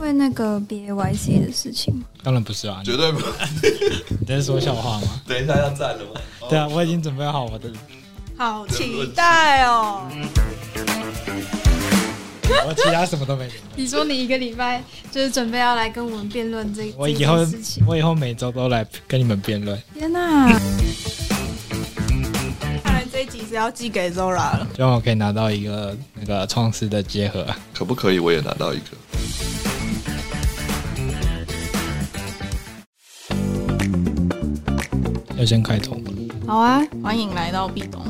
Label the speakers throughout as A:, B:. A: 为那个 B A Y C 的事情吗？
B: 当然不是啊，你
C: 绝对不。
B: 你在说笑话 吗？
C: 等一下要站了吗？
B: 对啊，我已经准备好我的，
D: 好期待哦！
B: 我其他什么都没 准备。
D: 你说你一个礼拜就是准备要来跟我们辩论这
B: 我
D: 这
B: 以后
D: 件事情，
B: 我以后每周都来跟你们辩论，
A: 天哪、
D: 看来这一集是要寄给 Zora 了。
B: 希望我可以拿到一个那个创世的结合。
C: 可不可以我也拿到一个？
B: 要先开头吗？
D: 好啊，
E: 欢迎来到壁咚。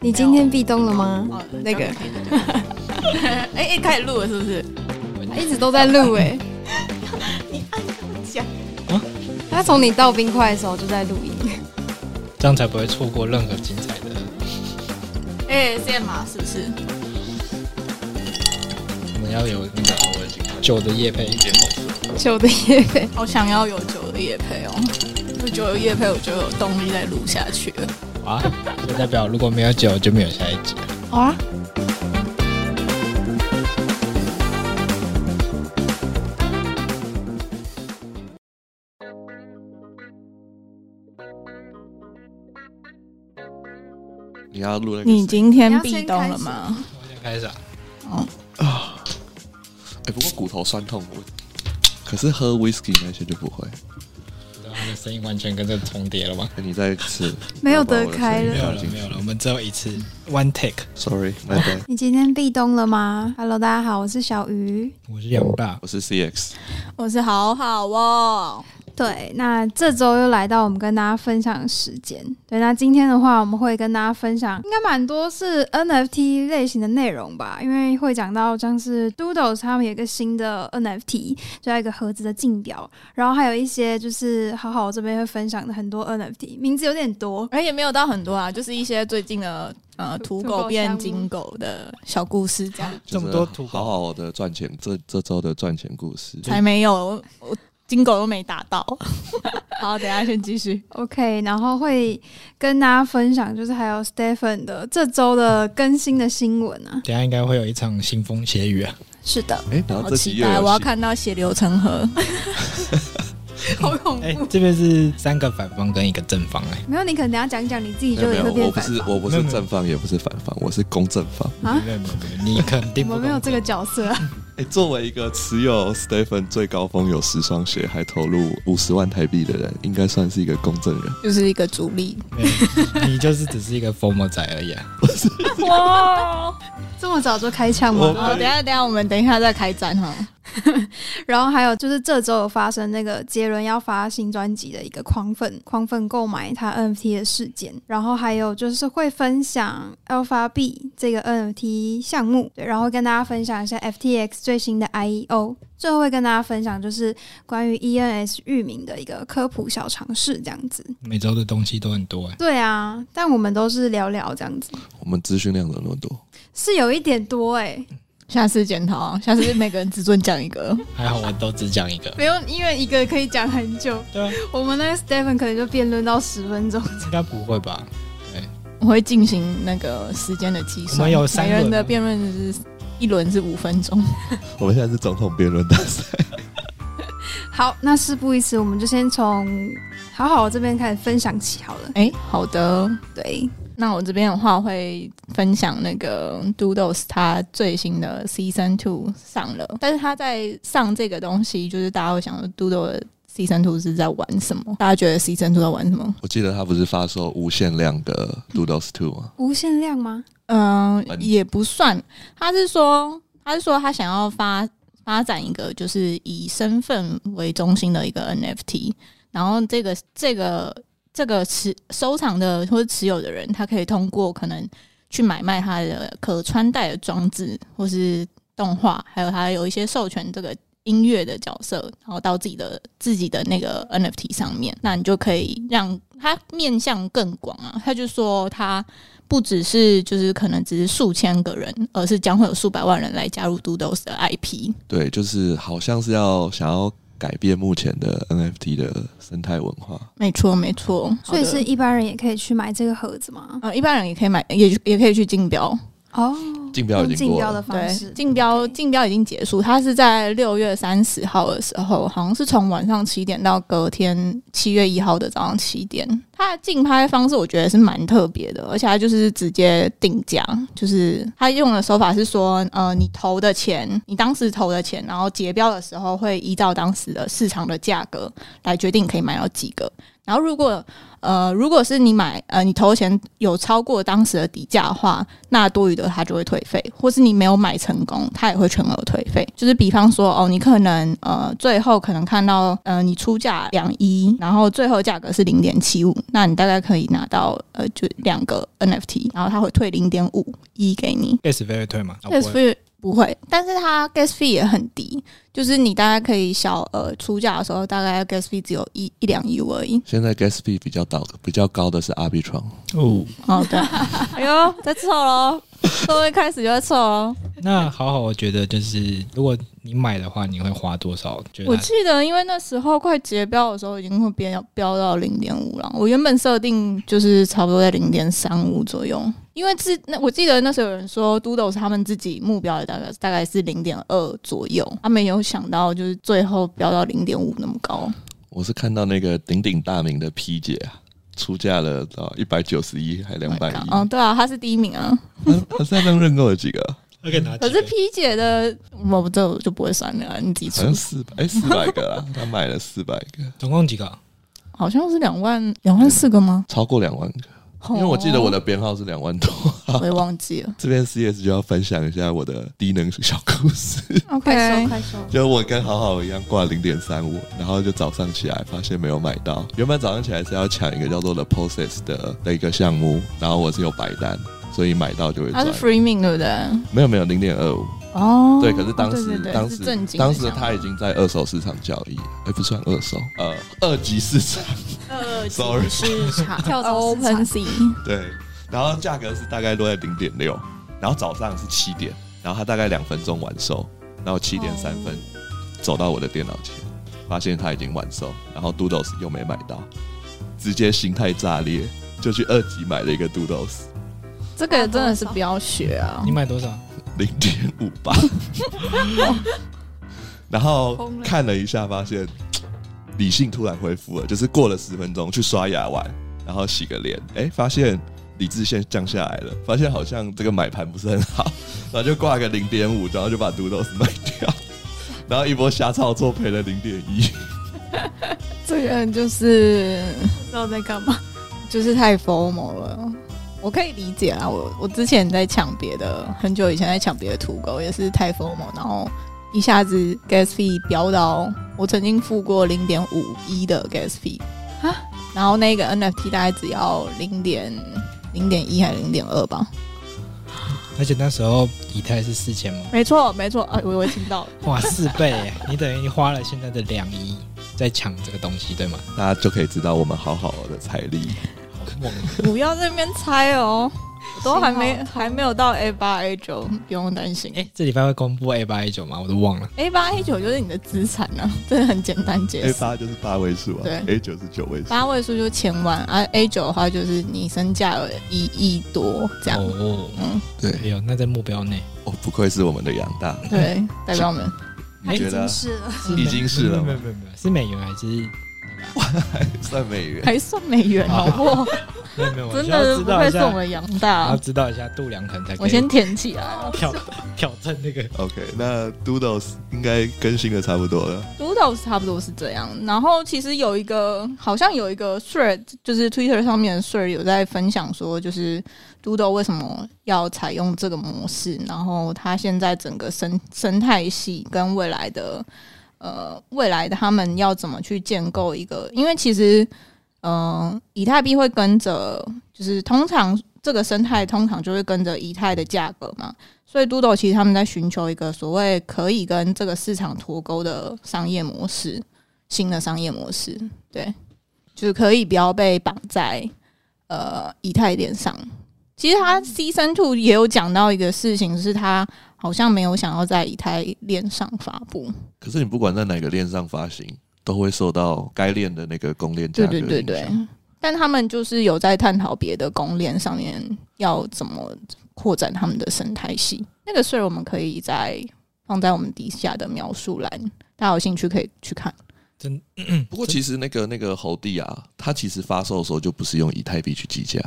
A: 你今天壁咚了吗？
E: 哦，
D: 那个
E: 这样可以的， 哎哎，开始录了是不是？
A: 一直都在录哎、
D: 讲
A: 他从你倒冰块的时候就在录音。
B: 这样才不会错过任何精彩的。
E: 哎，C M 是不是？
B: 我们要有那个酒的夜配，
A: 旧的夜配，
E: 好想要有酒的夜配哦，有酒的夜配我就有动力再录下去了。
B: 啊，就代表如果没有酒就没有下一集了。
A: 好啊，
C: 你要录那个？
E: 你今天壁咚了吗？哦
B: 我先开始啊，
C: 哎、不过骨头酸痛我，可是喝 whisky 那些就不会。
B: 对啊他的声音完全跟这重叠了吗？
C: 哎你再吃，
A: 没有得开了
C: 了
B: 没有了，没有了，我们只有一次，one take。
C: Sorry，拜拜。
A: 你今天壁咚了吗？Hello，大家好，我是小鱼。
B: 我是杨爸，
C: 我是 CX，
E: 我是好好哦，
A: 对，那这周又来到我们跟大家分享的时间。对，那今天的话，我们会跟大家分享，应该蛮多是 NFT 类型的内容吧，因为会讲到像是 Doodles 他们有一个新的 NFT，就要一个盒子的竞标，然后还有一些就是好好这边会分享的很多 NFT，名字有点多。
E: 而也没有到很多啊，就是一些最近的呃土
A: 土
E: 狗
A: 狗项
E: 变
A: 目
E: 金狗的小故事这样。
B: 这么多土
C: 好
B: 狗，
C: 好的赚钱，这这周的赚钱故事。
E: 才没有，我我金狗都没打到。好，等一下先继续。
A: OK，然后会跟大家分享，就是还有 Stephen 的这周的更新的新闻啊。
B: 等一下应该会有一场腥风血雨啊。
A: 是的，
C: 哎、然后
E: 好
C: 这集
E: 期
C: 又
E: 待，
C: 有
E: 我要
C: 戏
E: 看到血流成河。好 恐
B: 哎、这边是三个反方跟一个正方哎、
A: 没有你可能等一下讲讲你自己
C: 没
A: 就
C: 有
A: 也会
C: 没有，
A: 变
C: 我不
A: 反
C: 是
A: 方
C: 我不
B: 没有
C: 是
B: 没有
C: 正方，也不是反方，我是公正方。
A: 啊
B: 没有没有没有，你肯定
A: 我
B: 不
A: 没有这
B: 个。
A: 个角色、
C: 哎、作为一个持有 Stephen 最高峰有十双鞋，还投入五十万台币的人，应该算是一个公正人。
E: 就是一个主力。
B: 没有你就是只是一个疯魔仔而已啊！
E: 哇！
A: 这么早就开枪
C: 我
A: 吗？
E: 好，等一下等一下，我们等一下再开战哈。
A: 然后还有就是这周有发生那个杰伦要发新专辑的一个狂粉狂粉购买他 NFT 的事件，然后还有就是会分享 Alpha B 这个 NFT 项目，对，然后跟大家分享一下 FTX 最新的 IEO，最后会跟大家分享就是关于 ENS 域名的一个科普小尝试这样子。
B: 每周的东西都很多哎、
A: 对啊，但我们都是聊聊这样子，
C: 我们资讯量怎么那么多？
A: 是有一点多哎、
E: 下次检讨啊，下次每个人只准讲一个。
B: 还好我都只讲 一个。
A: 没有，因为一个可以讲很久。
B: 对啊，
A: 我们那个 Stephen 可能就辩论到十分钟。
B: 应该不会吧？
E: 我会进行那个时间的计算。
B: 我们有三
E: 每
B: 轮啊
E: 人的辩论是一轮是五分钟。
C: 我们现在是总统辩论大赛，
A: 好，那事不宜迟，我们就先从好好这边开始分享起好了。
E: 哎，好的。
A: 对，
E: 那我这边的话会分享那个 Doodles 它最新的 Season Two 上了，但是它在上这个东西，就是大家会想说 Doodles Season Two 是在玩什么？大家觉得 Season Two 在玩什么？
C: 我记得他不是发售无限量的 Doodles Two 吗？
A: 无限量吗？
E: 嗯、
C: 嗯
E: 也不算，他是说他是说他想要发发展一个就是以身份为中心的一个 NFT，然后这个这个这个持收藏的或者持有的人，他可以通过可能去买卖他的可穿戴的装置，或是动画，还有他有一些授权这个音乐的角色，然后到自己的自己的那个 NFT 上面，那你就可以让它面向更广啊。他就说他不只是就是可能只是数千个人，而是将会有数百万人来加入 Doodles 的 IP。
C: 对，就是好像是要想要改变目前的 NFT 的生态文化。
E: 没错，没错。
A: 所以
E: 好的
A: 是一般人也可以去买这个盒子吗？
E: 呃，一般人也可以买，也也可以去竞标。
A: 哦，
C: 竞标已经
A: 竞
C: 过
A: 标的
C: 了，
A: 方式
E: 对，，竞标竞标已经结束，它是在六月三十号的时候，好像是从晚上七点到隔天七月一号的早上七点。它的竞拍方式我觉得是蛮特别的，而且它就是直接定价，就是它用的手法是说，呃，你投的钱，你当时投的钱，然后结标的时候会依照当时的市场的价格来决定可以买到几个。然后如果呃，如果是你买呃，你投钱有超过当时的底价的话，那多余的它就会退费，或是你没有买成功，它也会全额退费。就是比方说，哦，你可能呃最后可能看到呃你出价两一，然后最后价格是零点七五，那你大概可以拿到呃就两个 NFT，然后它会退零点五一给你。
B: gas 费会退吗？啊
E: gas
B: 不会
E: fee 不会，但是它 gas fee 也很低，就是你大概可以小额出价的时候，大概 gas fee 只有一一两 U 而已。
C: 现在 gas fee 比较高，比较高的是 Arbitron。
B: 哦，
E: 哦，对， 哎呦，在凑 喽，各位开始就在凑喽。
B: 那好好，我觉得就是如果你买的话，你会花多少？觉
E: 我
B: 得
E: 记得，因为那时候快结标的时候，已经会标标到零点五了。我原本设定就是差不多在零点三五左右，因为自那我记得那时候有人说 Doodles 他们自己目标也大概大概是零点二左右，他们有想到就是最后标到零点五那么高。
C: 我是看到那个鼎鼎大名的 P 姐啊，出价了到一百九十一还两百
E: Oh
C: 一
E: my god，嗯，对啊，他是第一名啊。
C: 他他上认购了几个啊？
B: 那个拿
E: 可是 P 姐的，我这我就不会算了啊，你自 己
C: 好
E: 出
C: 像。四百哎四百 个啦，他买了四百个，
B: 总共几个？
E: 好像是两万两万四个吗？
C: 超过两万 个，因为我记得我的编号是两万多。
E: 哦，我也忘记了。
C: 这边 CS 就要分享一下我的低能小故事，
A: 快
E: OK，
A: 说快说，
C: 就我跟好好一样挂零点三五，然后就早上起来发现没有买到。原本早上起来是要抢一个叫做 The Process 的的一个项目，然后我是有白单，所以买到就会
E: 它
C: 赚
E: 啊是。freeing 对不对？
C: 没有没有零点二五，
E: 哦，
C: 对，可是当时
E: 对对对
C: 当
E: 是
C: 时
E: 正经的
C: 当时
E: 项目
C: 他已经在二手市场交易，哎、不算二手，呃，二级市场，
E: 二
C: Sorry
E: 市场
A: 跳蚤市场
E: Open Sea，
C: 对，然后价格是大概落在零点六，然后早上是七点，然后他大概两分钟完售，然后七点三分走到我的电脑前，发现他已经完售，然后 Doodles 又没买到，直接心态炸裂，就去二级买了一个 Doodles
E: 这个真的是不要学啊
B: 你！买多少？
C: 零点五八，然后
A: 疯了
C: 看了一下，发现理性突然恢复了，就是过了十分钟去刷牙完，然后洗个脸，哎，发现理智线降下来了，发现好像这个买盘不是很好， 然后就挂个零点五，然后就把毒豆丝卖掉， 然后一波瞎操作赔了零点一，
E: 这个人就是
A: 不知道在干嘛。
E: 就是太 formal 了。我可以理解啊，我我之前在抢别的，很久以前在抢别的土狗，也是太 formal，然后一下子 gas fee 飙到，我曾经付过零点五一的 gas fee
A: 啊，
E: 然后那个 NFT 大概只要零点零点一还零点二吧，
B: 而且那时候以太是四千嘛，
E: 没错没错，哎、我我也听到了，
B: 哇，四倍耶！你等于花了现在的两亿在抢这个东西，对吗？
C: 大家就可以知道我们好好的财力。
B: 好猛！
E: 不要在那边猜哦，我都还没
A: 心好痛
E: 还没有到 A 八 A 九，不用担心。
B: 哎，这礼拜会公布 A 八 A 九吗？我都忘了。
E: A 八 A 九就是你的资产啊， 真的很简单解
C: A
E: 释。
C: 八就是八位数啊
E: 对
C: ，A 九是九位数，
E: 八位数就是千万，而、A 九的话就是你身价有一亿多这样。
B: 哦，
E: 嗯，
C: 对，
B: 没有，那在目标内。
C: 哦，不愧是我们的杨大，
E: 对，代表我们
A: 他
C: 你
A: 已
C: 觉得啊
A: 经是了，
B: 是
C: 已经是了吗
B: 没有没有没有，是美元还是那 个啊？
C: 算美元？
E: 还算美元，好不好？
B: 没有没 有，我
E: 真
B: 需要
E: 的
B: 知
E: 不
B: 道
E: 愧
B: 一
E: 是我
B: 下，啊
E: 们杨
B: 我要
E: 大。
B: 知道一下度量衡才可以。
E: 啊我先填起来啊了。
B: 挑挑战那个
C: OK，那 Doodles 应该更新的差不多了。
E: Doodles 差不多是这样，然后其实有一个好像有一个 thread，就是 Twitter 上面的 thread 有在分享说，就是 Doodle 为什么要采用这个模式，然后它现在整个生生态系跟未来的呃未来的他们要怎么去建构一个，因为其实呃以太币会跟着，就是通常这个生态通常就会跟着以太的价格嘛，所以 Doodle 其实他们在寻求一个所谓可以跟这个市场脱钩的商业模式，新的商业模式，对，就是可以不要被绑在呃以太链上。其实他 Season Two 也有讲到一个事情，是他好像没有想要在以太链上发布，
C: 可是你不管在哪个链上发行，都会受到该链的那个公链价
E: 对
C: 格
E: 对对
C: 影
E: 对
C: 响。。
E: 但他们就是有在探讨别的公链上面要怎么扩展他们的生态系。那个税我们可以在放在我们底下的描述栏，大家有兴趣可以去看。
B: 真
C: 不过其实那个那个猴帝啊，它其实发售的时候就不是用以太币去计价，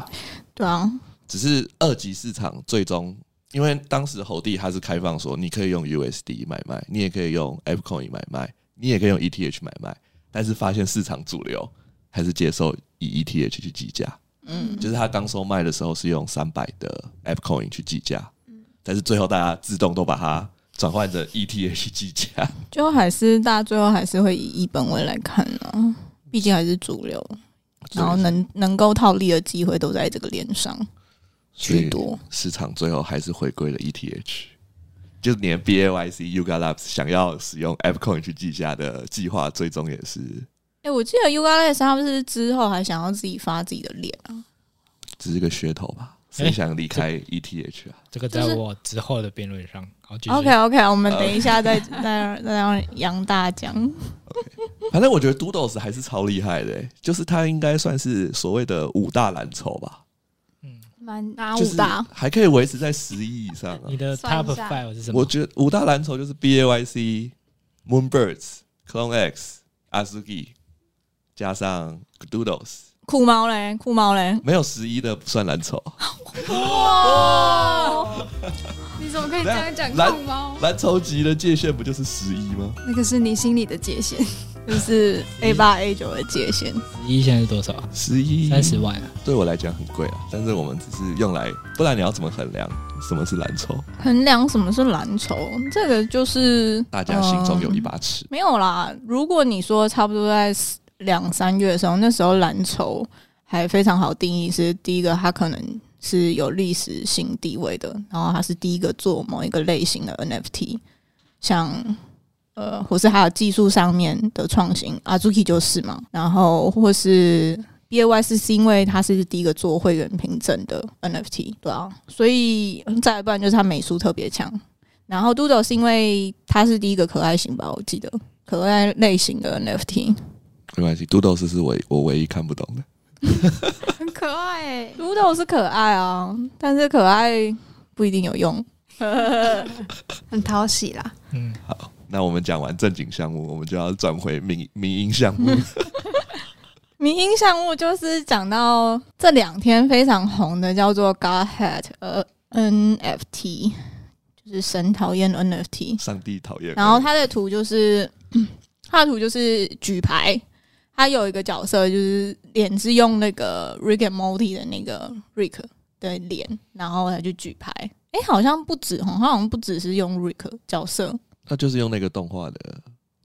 E: 对啊，
C: 只是二级市场最终，因为当时猴帝它是开放说，你可以用 USD 买卖，你也可以用 F Coin 买卖，你也可以用 ETH 买卖，但是发现市场主流还是接受以 ETH 去计价，
E: 嗯，
C: 就是它刚收卖的时候是用三百的 F Coin 去计价，但是最后大家自动都把它转换成 ETH 去计价，
E: 就还是大家最后还是会以一本位来看啊，毕竟还是主流， 然后能能够套利的机会都在这个链上
C: 所以
E: 居多。
C: 市场最后还是回归了 ETH，就是连 BAYC、Yuga Labs 想要使用 App Coin 去计价的计划，最终也是
E: 哎、我记得 u g a l e s 他们是之后还想要自己发自己的链啊，
C: 只是个噱头吧？
B: 哎
C: 谁想离开 ETH 啊？
B: 这个在我之后的辩论上，好继续
E: OK OK，我们等一下再再再让杨大讲。
C: 反正我觉得 Doodles 还是超厉害的欸、就是他应该算是所谓的五大蓝筹吧，
A: 蛮
E: 哪
C: 就
E: 啊五
C: 是
E: 大？
C: 还可以维持在十亿以上啊
B: 你。的
A: 算
B: Top
A: 一下
B: Five 是什
C: 我
B: 么？
C: 觉得五大蓝筹就是 BAYC、Moonbirds、Clone X、Azuki，加上 Doodles，
E: 酷猫嘞，酷猫嘞，
C: 没有十一的不算蓝筹。
A: 哇！ 你怎么可以这样讲
C: 蓝
A: 酷猫？
C: 蓝筹级的界限不就是十一吗？
A: 那个是你心里的界限。
E: 就是 A 八 A 九的界限。
B: 十一现在是多少啊？
C: 十一
B: 三十万啊！
C: 对我来讲很贵啊，但是我们只是用来，不然你要怎么衡量什么是蓝筹？
E: 衡量什么是蓝筹，这个就是
C: 大家心中有一
E: 嗯
C: 把尺，
E: 没有啦。如果你说差不多在两三月的时候，那时候蓝筹还非常好定义是，第一个它可能是有历史性地位的，然后它是第一个做某一个类型的 NFT，像呃，或是还有技术上面的创新，Azuki 就是嘛，然后或是 BAY 是是因为它是第一个做会员凭证的 NFT，对啊，所以嗯再不然就是它美术特别强。然后 Doodle 是因为它是第一个可爱型吧，我记得可爱类型的 NFT。
C: 没关系。杜豆斯是我我唯一看不懂的，
A: 很可爱、欸，
E: Doodle 是可爱啊，但是可爱不一定有用。
A: 很讨喜啦。
B: 嗯，
C: 好，那我们讲完正经项目，我们就要转回民民营项目。
E: 民音项目就是讲到这两天非常红的叫做 Godhead 呃 NFT，就是神讨厌 NFT。
C: 上帝讨厌。
E: 然后他的图就是， 他的图就是举牌，他有一个角色就是脸是用那个 Rick and Morty 的那个 Rick 的脸，然后他就举牌。诶，好像不止哦，他好像不只是用 Rick 角色，
C: 他就是用那个动画的，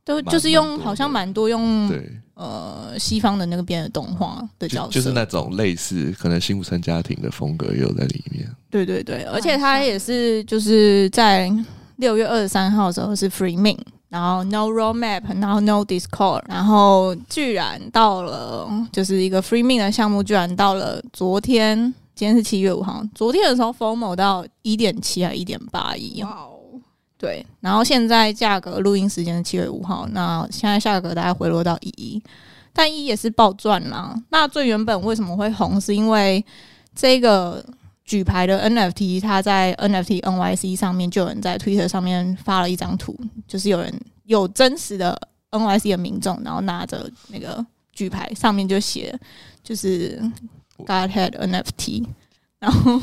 E: 都
C: 蛮
E: 就是
C: 蛮
E: 用
C: 多
E: 好像
C: 的
E: 蛮多用
C: 对，
E: 呃西方的那个边的动画的角
C: 就
E: 色，
C: 就是那种类似可能辛普森家庭的风格也有在里面。
E: 对对对，而且他也是就是在六月二十三号的时候是 Free Min，然后 No Roadmap，然后 No Discord，然后居然到了就是一个 Free Min 的项目，居然到了昨天，今天是七月五号，昨天的时候 FOMO 到一点七还一点八一，
A: 哇哦，
E: 对，然后现在价格录音时间是七月五号，那现在价格大概回落到一一，但一也是暴赚啦。那最原本为什么会红，是因为这个举牌的 NFT，它在 NFT NYC 上面就有人在 Twitter 上面发了一张图，就是有人有真实的 NYC 的民众，然后拿着那个举牌，上面就写就是 Godhead NFT，然后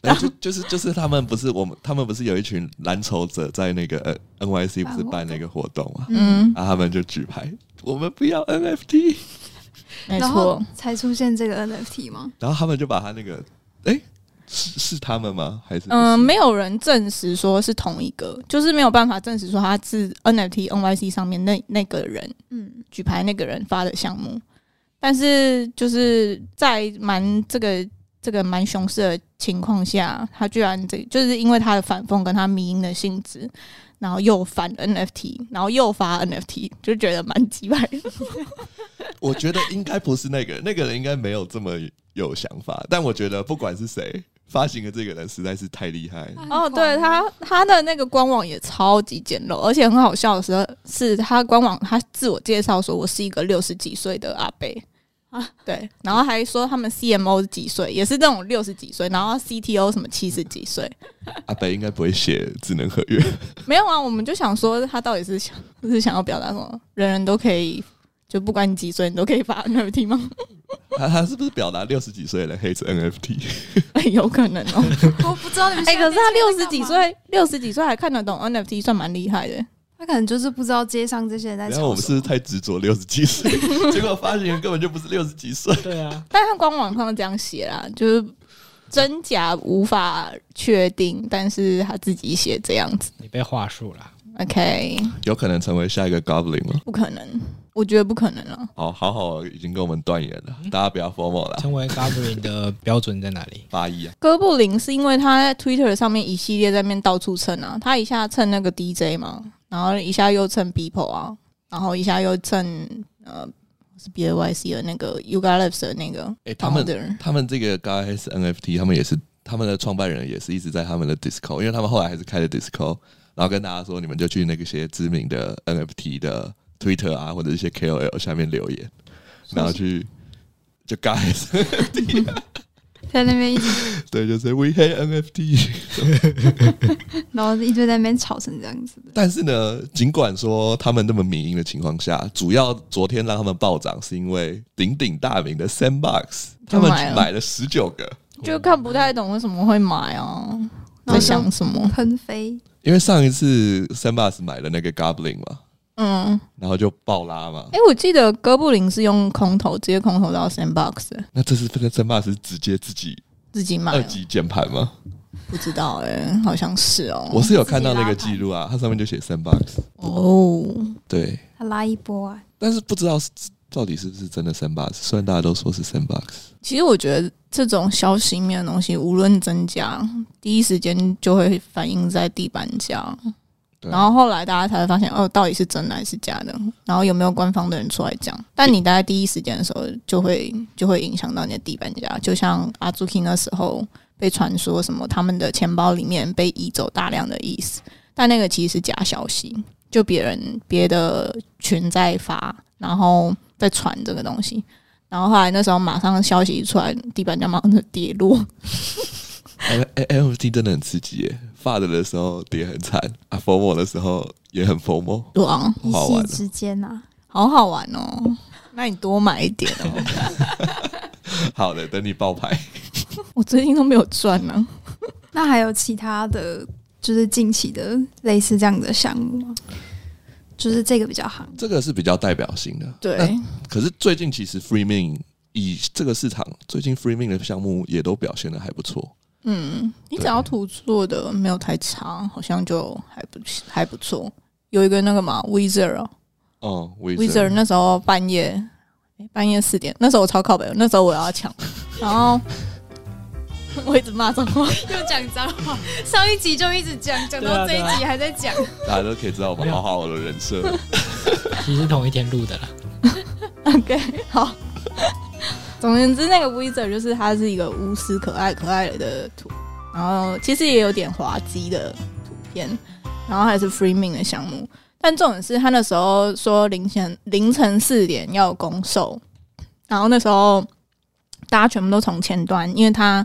C: 然后就就是就是他们不是我们，他们不是有一群蓝筹者在那个呃 NYC 不是办那个活动吗？啊
E: 嗯，
C: 然后他们就举牌，我们不要 NFT，
E: 没
A: 然后
E: 错，
A: 才出现这个 NFT 吗？
C: 然后他们就把他那个，哎、是是他们吗？还是不是
E: 嗯，没有人证实说是同一个，就是没有办法证实说他是 NFT NYC 上面那那个人
A: 嗯，
E: 举牌那个人发的项目，但是就是在蛮这个这个蛮熊市的情况下，他居然这就是因为他的反讽跟他迷因的性质，然后又反 NFT，然后又发 NFT，就觉得蛮鸡掰的。
C: 我觉得应该不是那个人，那个人应该没有这么有想法。但我觉得不管是谁发行的这个人实在是太厉害了，
A: 哎
E: 哦，对他他的那个官网也超级简陋，而且很好笑的时候是他官网他自我介绍说我是一个六十几岁的阿伯，
D: 啊
E: 对，然后还说他们 CMO 是几岁，也是那种六十几岁，然后 CTO 什么七十几岁，
C: 阿北应该不会写智能合约，
E: 没有啊，我们就想说他到底是想是想要表达什么？人人都可以，就不管你几岁，你都可以发 NFT 吗？
C: 他他是不是表达六十几岁的人黑是 NFT？
E: 哎有可能 哦、
D: 我不知道你们
E: 哎、
D: 现在
E: 可是他
D: 年轻
E: 六
D: 人在
E: 十几
D: 干嘛，
E: 岁，六十几岁还看得懂 NFT，算蛮厉害的。
A: 他可能就是不知道街上这些人在
C: 然后
A: 吵
C: 我们
A: 什
C: 是
A: 么。
C: 不是太执着六十 几岁，结果发行人根本就不是六十几岁。
B: 对啊，
E: 但他官网上这样写啦，就是真假无法确定，但是他自己写这样子。
B: 你被话术了。
E: OK，
C: 有可能成为下一个 Goblin 吗？
E: 不可能，我觉得不可能了。
C: 好好好，已经跟我们断言了，
A: 嗯
C: 大家不要 formal 了。
B: 成为 Goblin 的标准在哪里？
C: 八一啊，
E: 哥布林是因为他在 Twitter 上面一系列在面到处蹭啊，他一下蹭那个 DJ 嘛，然后一下又蹭 People 啊，然后一下又蹭呃是 BYC 的那个 Yuga Labs 的那个
C: 哎、他们
E: founder
C: 他们这个 GS NFT，他们也是他们的创办人也是一直在他们的 Discord，因为他们后来还是开了 Discord，然后跟大家说，你们就去那个些知名的 NFT 的 Twitter 啊，或者一些 KOL 下面留言，然后去就 GS
A: 在那边一直，
C: 对，就是 We Hate NFT。
A: 然后一堆在那边吵成这样子的。
C: 但是呢，尽管说他们那么民营的情况下，主要昨天让他们暴涨是因为鼎鼎大名的 Sandbox，他
E: 就
C: 们
E: 买了
C: 买了十九个。
E: 就看不太懂为什么会买啊，在想什么？
A: 喷飞，
C: 因为上一次 Sandbox 买了那个 Goblin 嘛，
E: 嗯，
C: 然后就爆拉嘛。
E: 哎、我记得哥布林是用空投，直接空投到 Sandbox 的
C: 那这次 Sandbox 是直接自己
E: 自己买
C: 二
E: 了，
C: 级键盘吗？
E: 不知道哎、好像是哦。
C: 我是有看到那个记录啊，它上面就写 Sandbox。
E: 哦，
C: 对，
A: 他拉一波啊！
C: 但是不知道是到底是不是真的 Sandbox，虽然大家都说是 Sandbox。
E: 其实我觉得这种消息面的东西，无论增加，第一时间就会反映在地板价，
C: 对啊
E: 然后后来大家才会发现哦，到底是真的还是假的，然后有没有官方的人出来讲。但你大概第一时间的时候，就会就会影响到你的地板价，就像阿朱 k 那时候被传说什么他们的钱包里面被移走大量的意思，但那个其实是假消息，就别人别的群在发，然后在传这个东西。然后后来那时候马上消息一出来，地板价马上就跌落。
C: 哎哎 NFT 真的很刺激耶！发的的时候跌很惨，啊 formal 的时候也很 formal，
E: 对啊，
A: 一
C: 好玩
A: 夕
C: 哦
A: 之间啊，
E: 好好玩哦。那你多买一点哦。
C: 好的，等你爆牌。
E: 我最近都没有赚啊呢、
A: 那还有其他的就是近期的类似这样的项目吗？就是这个比较行，
C: 这个是比较代表性的。
E: 对，
C: 那可是最近其实 Freeman 以这个市场，最近 Freeman 的项目也都表现的还不错。
E: 嗯，你
C: 对
E: 只要图做的没有太长，好像就还不还不错。有一个那个嘛，Wizard 哦
C: 哦 w i z
E: ，Wizard 那时候半夜、诶半夜四点，那时候我超靠北，那时候我要抢，然后 我一直骂脏话，
D: 又讲脏话，上一集就一直讲，讲
B: 对
D: 到
B: 啊
D: 这
B: 对
D: 一
B: 啊
D: 集还在讲。
C: 大家都可以知道我们好好的人设。
B: 其实同一天录的啦。
E: OK，好。 总而言之，那个 Wizard 就是它是一个无私、可爱、可爱的图，然后其实也有点滑稽的图片，然后还是 Freeman 的项目。但重点是他那时候说凌晨凌晨四点要有公售，然后那时候大家全部都从前端，因为他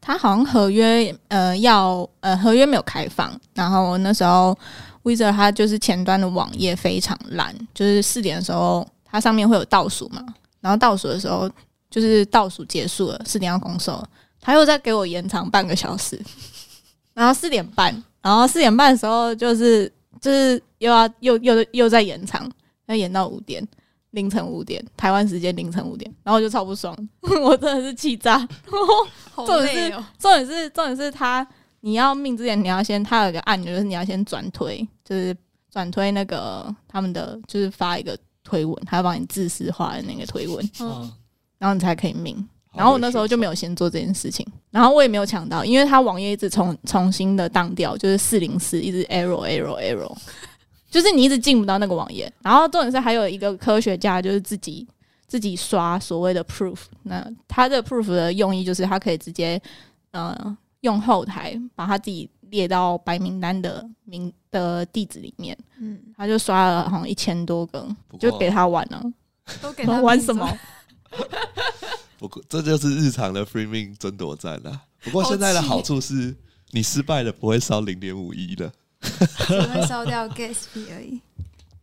E: 他好像合约呃要呃合约没有开放，然后那时候 Wizard 它就是前端的网页非常烂，就是四点的时候，它上面会有倒数嘛，然后倒数的时候就是倒数结束了，四点要公售了，他又再给我延长半个小时， 然后四点半，然后四点半的时候就是就是又要又又又再延长，要延到五点。凌晨五点，台湾时间凌晨五点，然后我就超不爽， 我真的是气炸。然后
D: 好
E: 重
D: 累
E: 点是
D: 哦，
E: 重点是重点是他，你要命之前，你要先，他有一个按钮，就是你要先转推，就是转推那个他们的，就是发一个推文，他要帮你自私化的那个推文，
B: 嗯，
E: 然后你才可以命。 然后我那时候就没有先做这件事情，然后我也没有抢到，因为他网页一直重重新的当掉，就是四零四一直 error error error，就是 你一直进不到那个网页。然后重点是还有一个科学家就是自己自己刷所谓的 proof，那他的 proof 的用意就是他可以直接呃用后台把他自己列到白名单的名的地址里面，
A: 嗯，
E: 他就刷了好像一千多个，
C: 不过啊
E: 就给他玩了，
D: 都给他
E: 玩
D: 名字
E: 什么？
C: 不过这就是日常的 free 命争夺战啦。不过现在的好处是，你失败了不会烧零点五一的，
A: 只会烧掉 gas 费而已。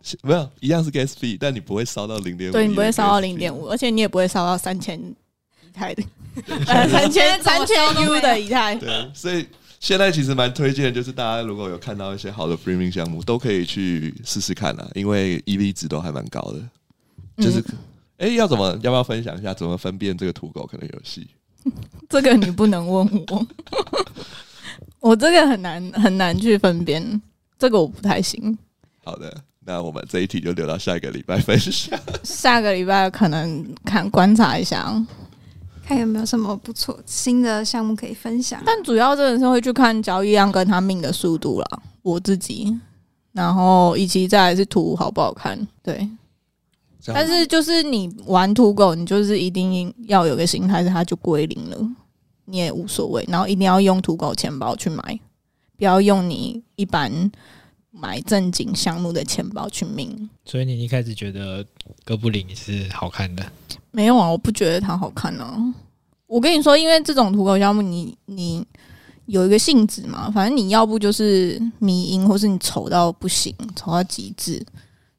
C: 是没有一样是 gas fee，但你不会烧到零点五，
E: 对你不会烧到零点
C: 五。
E: 五，而且你也不会烧到三千以太的，呃，三千三千 U 的以太。
C: 对，所以现在其实蛮推荐，就是大家如果有看到一些好的 free 命项目，都可以去试试看啊啦，因为 EV 值都还蛮高的。
E: 嗯
C: 就是，哎、要怎么要不要分享一下怎么分辨这个土狗可能有戏？
E: 这个你不能问我， 我这个很难很难去分辨，这个我不太行。
C: 好的，那我们这一题就留到下一个礼拜分享。
E: 下个礼拜可能看观察一下，
A: 看有没有什么不错新的项目可以分享。
E: 但主要真的是会去看交易量跟他命的速度啦，我自己，然后以及再来是图好不好看，对。
C: 这样
E: 但是就是你玩土狗，你就是一定要有个心态，是它就归零了，你也无所谓。然后一定要用土狗钱包去买，不要用你一般买正经项目的钱包去命。
B: 所以你一开始觉得哥布林是好看的，
E: 没有啊，我不觉得它好看啊。我跟你说，因为这种土狗项目你，你有一个性质嘛，反正你要不就是迷因，或是你丑到不行，丑到极致，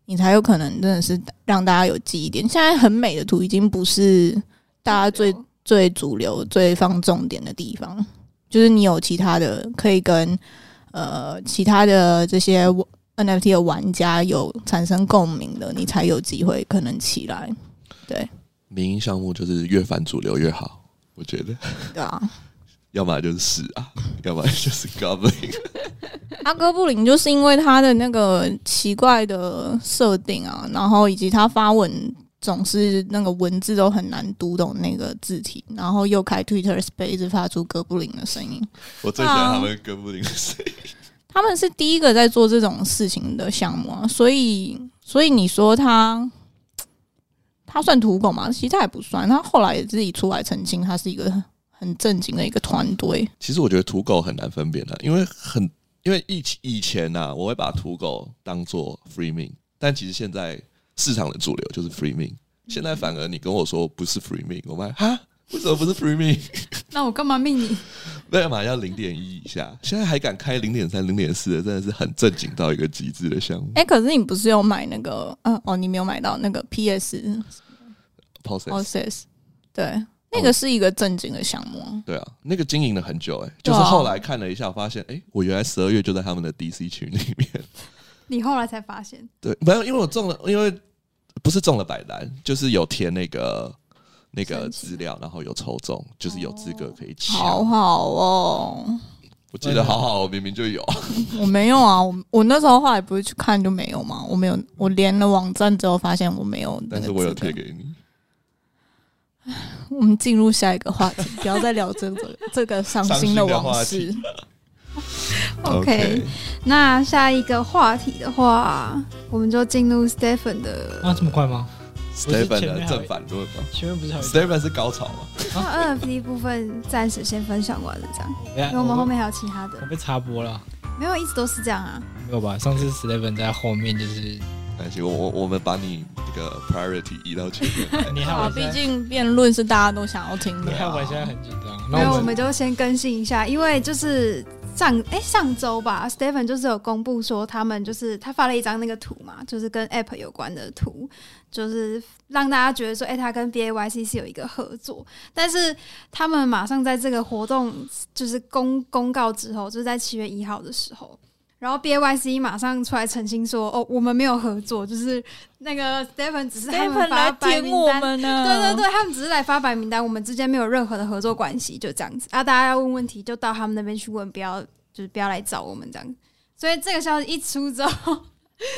E: 你才有可能真的是让大家有记忆点。现在很美的图已经不是大家
A: 啊
E: 最最主流、最放重点的地方，就是你有其他的可以跟呃其他的这些 NFT 的玩家有产生共鸣的，你才有机会可能起来。对
C: 民营项目就是越反主流越好，我觉得，
E: 对啊，
C: 要么就是屎啊，要么就是 goblin。
E: 阿哥布林就是因为他的那个奇怪的设定啊，然后以及他发文总是那个文字都很难读懂那个字体，然后又开 Twitter Space 发出哥布林的声音。
C: 我最喜欢他们哥布林的声音。
E: 他们是第一个在做这种事情的项目啊，所以所以你说他他算土狗吗？其实他也不算，他后来也自己出来澄清，他是一个很正经的一个团队。
C: 其实我觉得土狗很难分辨的、啊因为很因为以以前呐、我会把土狗当做 free min，但其实现在市场的主流就是 free
E: 嗯
C: min。现在反而你跟我说不是 free min，我们还哈为什么不是 free min？
A: 那我干嘛命你？
C: 为嘛要零点一以下？现在还敢开零点三、零点四的，真的是很正经到一个极致的项目。
E: 哎、可是你不是有买那个？嗯、哦，你没有买到那个 PS
C: Process
E: Process，对，
C: 哦
E: 那个是一个正经的项目啊。
C: 对啊，那个经营了很久哎、就
E: 对啊
C: 是后来看了一下，我发现哎、我原来十二月就在他们的 DC 群里面。
A: 你后来才发现，
C: 对，没有，因为我中了，因为不是中了百单，就是有填那个那个
A: 申请
C: 资料，然后有抽中，就是啊有资格可以抢。
E: 哦好好哦，
C: 我记
B: 啊
C: 得好好，我明明就有。
E: 我没有啊，我我那时候后来不是去看就没有嘛，我没有，我连了网站之后发现我没有
C: 但
E: 那个
C: 是
E: 资格。
C: 我有贴给你。
E: 我们进入下一个话题，不要再聊这个这 个伤心的往
C: 伤心
E: 事。
A: OK 那下一个话题的话，我们就进入 Stephen 的
B: 啊，这么快吗？不是前
C: Stephen
B: 面
C: 的
B: 还有
C: 正反论吧
B: 前面不是还有一个？
C: ？Stephen 是高潮啊吗？
A: 那 NFT 部分，暂时先分享完了这样，
B: 等一
A: 因
B: 下
A: 为我们后
B: 被
A: 面还有其他的
B: 我，被插播了，
A: 没有一直都是这样啊。
B: 没有吧？上次 Steven 在后面，就是
C: 那行，我我我们把你这个 priority 移到前面 来。
B: 你
E: 对
B: 害
A: 哦
E: 啊
B: 我，
E: 毕
B: 现在，
E: 竟辩论是大家都想要听
B: 你
E: 的、
B: 害
E: 啊。
B: 我现在很紧张。
A: 没有，
B: 那
A: 我
B: 我们
A: 们就先更新一下，因为就是上哎、上周吧，Stephen 就是有公布说他们就是他发了一张那个图嘛，就是跟 App 有关的图，就是让大家觉得说，哎、他跟 BAYC 是有一个合作，但是他们马上在这个活动就是公公告之后，就是在七月一号的时候。然后 BAYC 马上出来澄清说：“哦，我们没有合作，就是那个 Stephen 只是他
E: Stephen
A: 们发
E: 来
A: 白
E: 舔
A: 名
E: 我
A: 单
E: 们呢、
A: 对对对，他们只是来发白名单，我们之间没有任何的合作关系，就这样子啊。大家要问问题就到他们那边去问，不要就是不要来找我们这样。所以这个消息一出之后，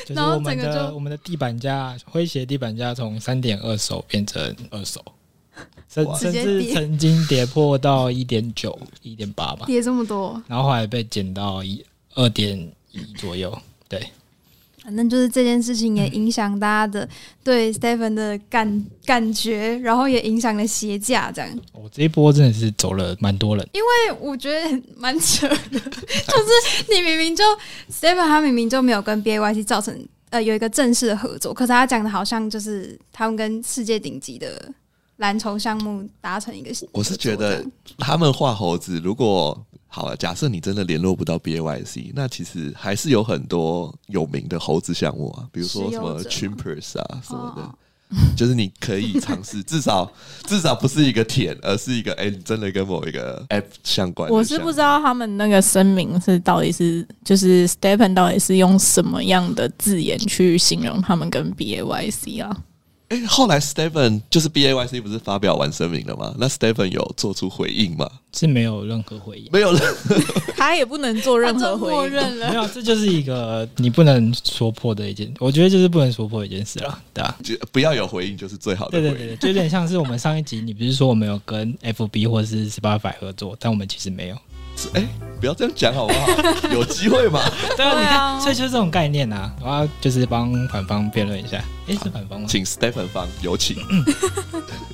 B: 就是
A: 然后
B: 我们
A: 整个
B: 的
A: 就
B: 我们的地板价，诙谐地板价从三点二手变成二 手，甚
C: 哇
A: 直
B: 甚
A: 接
B: 至
A: 跌
B: 曾经跌破到一点九、一点八吧，
A: 跌这么多，
B: 然后后来被减到一二点一左右。
A: 反正就是这件事情
B: 嗯
A: 也影响大家的对 Stephen 的感感觉，然后也影响了鞋价这样。
B: 我、哦这一波真的是走了蛮多人，
A: 因为我觉得很蛮扯的，就 是你明明就 Stephen 他明明就没有跟 BAYC 造成呃有一个正式的合作，可是他讲的好像就是他们跟世界顶级的蓝筹项目达成一个合作。
C: 我是
A: 这
C: 觉得
A: 样
C: 他们画猴子，如果好了，假设你真的联络不到 BYC，那其实还是有很多有名的猴子项目啊，比如说
A: 石
C: 什
A: 油
C: 么
A: 者
C: Chimpers 啊什么的。
A: 哦
C: 就是你可以尝试，至少 至少不是一个舔，而是一个哎、你真的跟某一个 app 相关的项目。
E: 我是不知道他们那个声明是到底是就是 Stepen 到底是用什么样的字眼去形容他们跟 BAYC 啊？
C: 哎、后来 Stephen 就是 BAYC 不是发表完声明了吗？那 Stephen 有做出回应吗？
B: 是没有任何回应。
C: 没有了。
E: 他也不能做任何回
A: 默
E: 应。
A: 认了
B: 没。有，这就是一个你不能说破的一件，我觉得就是不能说破的一件事啦，对啊。
C: 就不要有回应就是最好的
B: 对
C: 回
B: 对
C: 应。
B: 对，对就有点像是我们上一集，你不是说我们有跟 FB 或是 Spotify 合作，但我们其实没有。
C: 哎、不要这样讲好不好？ 有机会嘛？
B: 对啊，
E: 对
B: 你
E: 啊
B: 看，所以就是这种概念啊。我要就是帮反方辩论一下，诶，是反方吗？
C: 请 Stephen 方 有请，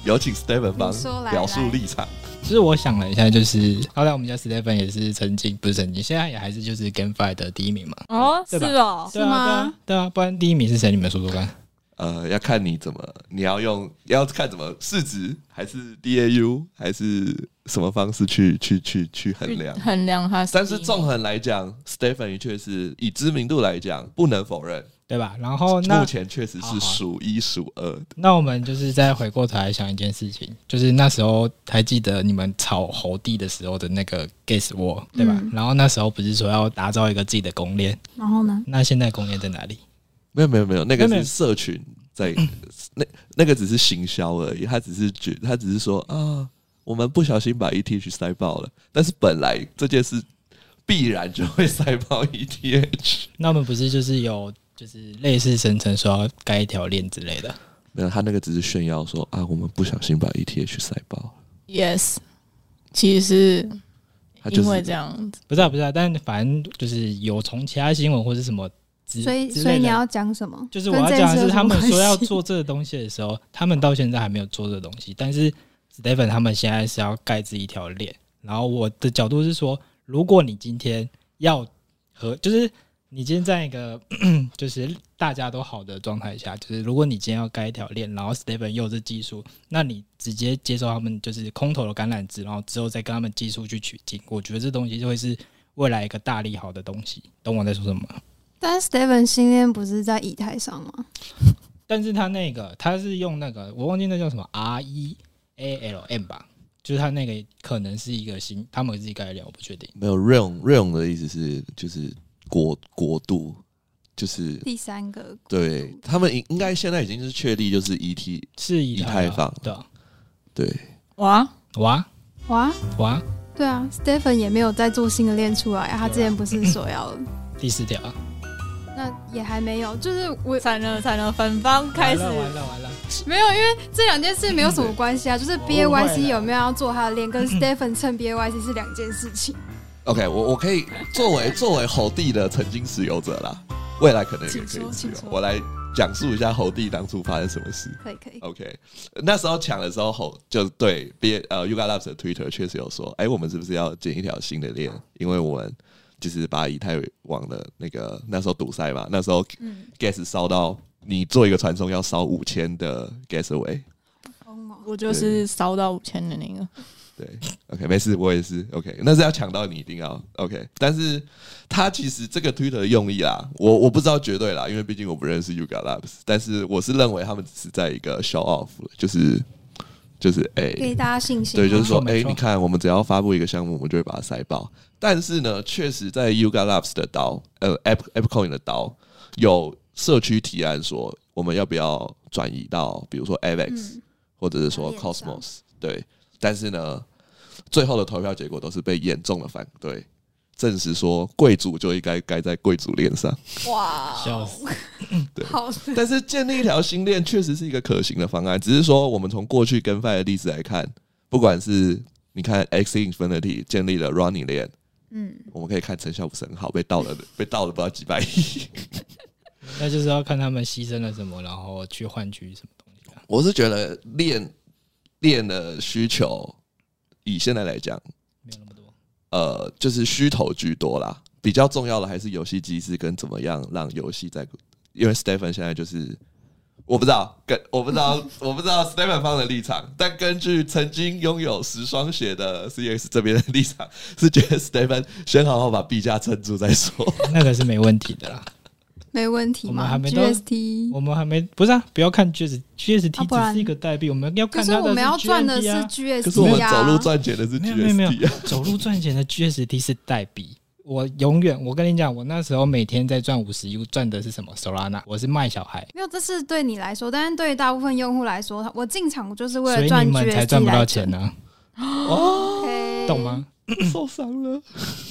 C: 有请 Stephen 方
A: 你说来
C: 表述立场。
B: 其实我想了一下，就是后来我们家 Stephen 也是曾经不是曾经，现在也还是就是 GameFi 的第一名嘛。
E: 哦，是
B: 对吧
E: 哦，
B: 对啊
A: 吗
B: 对啊，对啊，不然第一名是谁？你们说说看。
C: 呃，要看你怎么，你要用要看怎么市值，还是 DAU，还是什么方式去去去去衡量？
E: 衡量他。
C: 但是纵横来讲，Stephen 确实以知名度来讲，不能否认，
B: 对吧？然后哦那
C: 目前确实
B: 好
C: 是
B: 好
C: 数一数二的。
B: 那我们就是再回过头来想一件事情，就是那时候还记得你们炒猴地的时候的那个 Guess War 对吧？
A: 嗯
B: 然后那时候不是说要打造一个自己的公链，
A: 然后呢？
B: 那现在公链在哪里？
C: 没有没有没有，那个
B: 没有
C: 是社群在那那个只是行销而已，他只是觉他只是说啊，我们不小心把 ETH 塞爆了，但是本来这件事必然就会塞爆 ETH。
B: 那我们不是就是有就是类似声称说要盖一条链之类的？
C: 没有，他那个只是炫耀说啊，我们不小心把 ETH 塞爆了，
E: Yes，其实是
C: 他就
E: 因为
C: 是
E: 这样子，
B: 不是啊，不是啊，但反正就是有从其他新闻或是什么之
A: 所以
B: 之
A: 所以
B: 类
A: 你
B: 的。
A: 要讲什么？
B: 就是我
A: 跟
B: 要
A: 这件
B: 讲的
A: 事有
B: 是，
A: 什
B: 他
A: 么
B: 们说
A: 关
B: 要
A: 系
B: 做这个东西的时候，他们到现在还没有做这个东西。但是 Stephen 他们现在是要盖这一条链。然后我的角度是说，如果你今天要和，就是你今天在一个 就是大家都好的状态下，就是如果你今天要盖一条链，然后 Stephen 又是技术，那你直接接受他们就是空投的橄榄枝，然后之后再跟他们技术去取经，我觉得这东西就会是未来一个大利好的东西。懂我在说什么吗？
A: 但 Steven 新链不是在以太上吗？
B: 但是他那个他是用那个我忘记那叫什么 R E A L M 吧，就是他那个可能是一个新，他们自己概念我不确定。
C: 没有 realm realm 的意思是就是国国度，就是
A: 第三个
C: 对他们应应该现在已经是确立就是 ET
B: 是以
C: 以太坊
B: 的
C: 对。
E: 哇，
B: 啊哇
A: 哇，
B: 哇
A: 对啊，Stephen 也没有再做新的链出来啊，他之前不是说要，
B: 第四条啊
A: 那也还没有，就是我
E: 惨了惨了，反方开始
B: 完了完了完了，
A: 没有，因为这两件事没有什么关系啊，就是
B: 我误会了
A: BAYC 有没有要做他的链，跟
B: 啊
A: Stephen 蹭 BAYC 是两件事 情。
C: OK，我我可以作为作为猴帝的曾经持有者啦，未来可能也可以
A: 请
C: 持
A: 说请
C: 有。
A: 说
C: 我来讲述一下猴帝当初发生什么事。
A: 可以可以，
C: OK，那时候抢的时候，猴就对 B 呃 Yuga Labs 的 Twitter 确实有说，哎、我们是不是要建一条新的链？因为我们就是把以太网的那个那时候堵塞嘛，那时候
A: 嗯
C: Gas 烧到你做一个传送要烧五千的 Gas away。
A: 疯哦，
E: 我就是烧到五千的那个，
C: 对，OK，没事，我也是 OK，那是要抢到你一定要 OK，但是他其实这个推特的用意啦，我我不知道绝对啦，因为毕竟我不认识 Yuga Labs，但是我是认为他们只是在一个 show off，就是就是哎、
A: 给大家信心吗。啊
C: 对，就是说
B: 没错
C: 哎、
B: 没错
C: 你看我们只要发布一个项目，我们就会把它塞爆。但是呢，确实在 Yuga Labs 的刀，呃，App AppCoin 的刀有社区提案说，我们要不要转移到比如说 Avex、
A: 嗯
C: 或者是说
A: 演上
C: Cosmos，对，但是呢，最后的投票结果都是被严重的反对，证实说贵族就应该该在贵族链上。
A: 哇，
B: 笑死！
C: 对
A: 好，
C: 但是建立一条新链确实是一个可行的方案，只是说我们从过去跟 f 的例子来看，不管是你看 X Infinity 建立了 Running 链，
A: 嗯，
C: 我们可以看成效不是很好，被盗了 被盗了不知道几百亿。
B: 那就是要看他们牺牲了什么，然后去换取什么东西啊。
C: 我是觉得链链的需求，以现在来讲，
B: 没有那么多，
C: 呃，就是虚头居多啦。比较重要的还是游戏机制跟怎么样让游戏在，因为 Stephen 现在就是我不知道，跟我不知道，我不知道 Stephen 方的立场，但根据曾经拥有十双鞋的 CX 这边的立场，是觉得 Stephen 先好好把币价撑住再说。
B: 那个是没问题 的啦。
A: 没问题
B: 我们
A: 嘛
B: 还没到
A: ？GST，
B: 我们还没不是啊，不要看 GST，GST
A: 啊不然
B: 只是一个代币，我们要
A: 可
B: 看
A: 是
B: 它
A: 我们要赚的是
B: GND 啊
A: GST 啊。
C: 可是我们走路赚钱的是
B: 没有没有没有
C: GST 啊，
B: 走路赚钱的 GST 是代币。我永远，我跟你讲，我那时候每天在赚五十 U，赚的是什么？Solana，我是卖小孩，
A: 没有，这是对你来说，但是对于大部分用户来说，我进场就是为
B: 所
A: 了
B: 以
A: 赚 GST
B: 你们
A: 来
B: 才赚不到钱呢、
A: OK
B: 懂？吗？
C: 啊受伤了。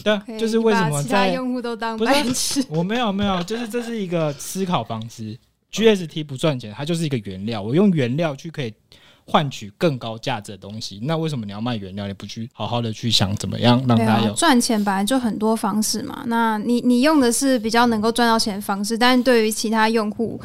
B: 对啊
A: OK，
B: 就是为什
A: 你把
B: 么
A: 其他
B: 在
A: 用户都当
B: 不是啊
A: 白痴？
B: 我没有没有，就是这是一个思考方式。GST 不赚钱，它就是一个原料，我用原料去可以换取更高价值的东西。那为什么你要卖原料？你不去好好的去想怎么样让
A: 对
B: 它
A: 啊
B: 有，？
A: 赚钱本来就很多方式嘛。那你你用的是比较能够赚到钱的方式，但是对于其他用户，